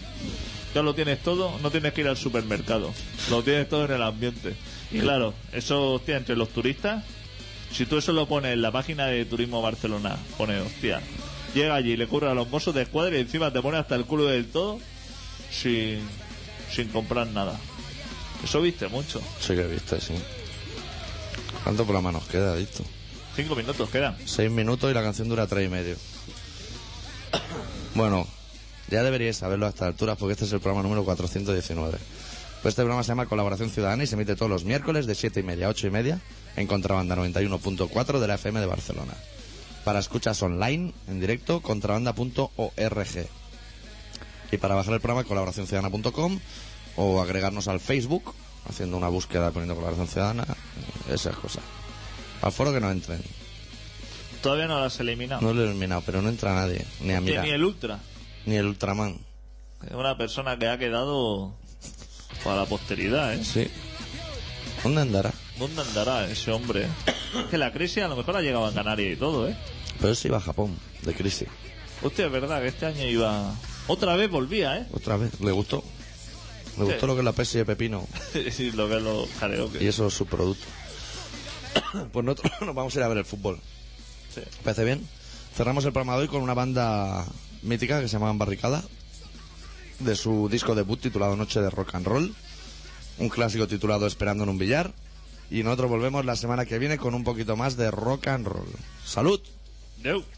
Speaker 2: Ya lo tienes todo, no tienes que ir al supermercado. Lo tienes todo en el ambiente. Y claro, eso, hostia, entre los turistas, si tú eso lo pones en la página de Turismo Barcelona, pone, hostia, llega allí, le curra a los mozos de escuadra y encima te pone hasta el culo del todo sin, sin comprar nada. Eso viste mucho.
Speaker 1: Sí que viste, sí. ¿Cuánto programa nos queda, visto?
Speaker 2: Cinco minutos quedan.
Speaker 1: Seis minutos y la canción dura tres y medio. Bueno, ya deberíais saberlo a estas alturas porque este es el programa número 419. Pues este programa se llama Colaboración Ciudadana y se emite todos los miércoles de siete y media a ocho y media en Contrabanda 91.4 de la FM de Barcelona. Para escuchas online, en directo, contrabanda.org. Y para bajar el programa, colaboracionciudadana.com o agregarnos al Facebook, haciendo una búsqueda poniendo colaboración ciudadana, esas cosas. Al foro que no entren.
Speaker 2: Todavía no las he eliminado.
Speaker 1: No lo he eliminado, pero no entra nadie, ni a
Speaker 2: Ah. Que
Speaker 1: mirar,
Speaker 2: ni el Ultra.
Speaker 1: ni el Ultraman.
Speaker 2: Es una persona que ha quedado para la posteridad, ¿eh?
Speaker 1: Sí. ¿Dónde andará?
Speaker 2: ¿Dónde andará ese hombre? eh? que la crisis a lo mejor ha llegado a Canarias y todo, ¿eh?
Speaker 1: Pero eso iba a Japón, de crisis.
Speaker 2: Hostia, es verdad que este año iba... Otra vez volvía, ¿eh?
Speaker 1: Otra vez, le gustó. Le
Speaker 2: Sí.
Speaker 1: gustó lo que es la pesi de pepino
Speaker 2: ¿eh? Sí, lo que es los
Speaker 1: y
Speaker 2: karaoke.
Speaker 1: eso es su producto. pues nosotros nos vamos a ir a ver el fútbol.
Speaker 2: Sí.
Speaker 1: ¿Os ¿Parece bien? Cerramos el programa de hoy con una banda mítica que se llama Barricada, de su disco debut titulado Noche de Rock and Roll, un clásico titulado Esperando en un billar, y nosotros volvemos la semana que viene con un poquito más de rock and roll. ¡Salud!
Speaker 2: Deu.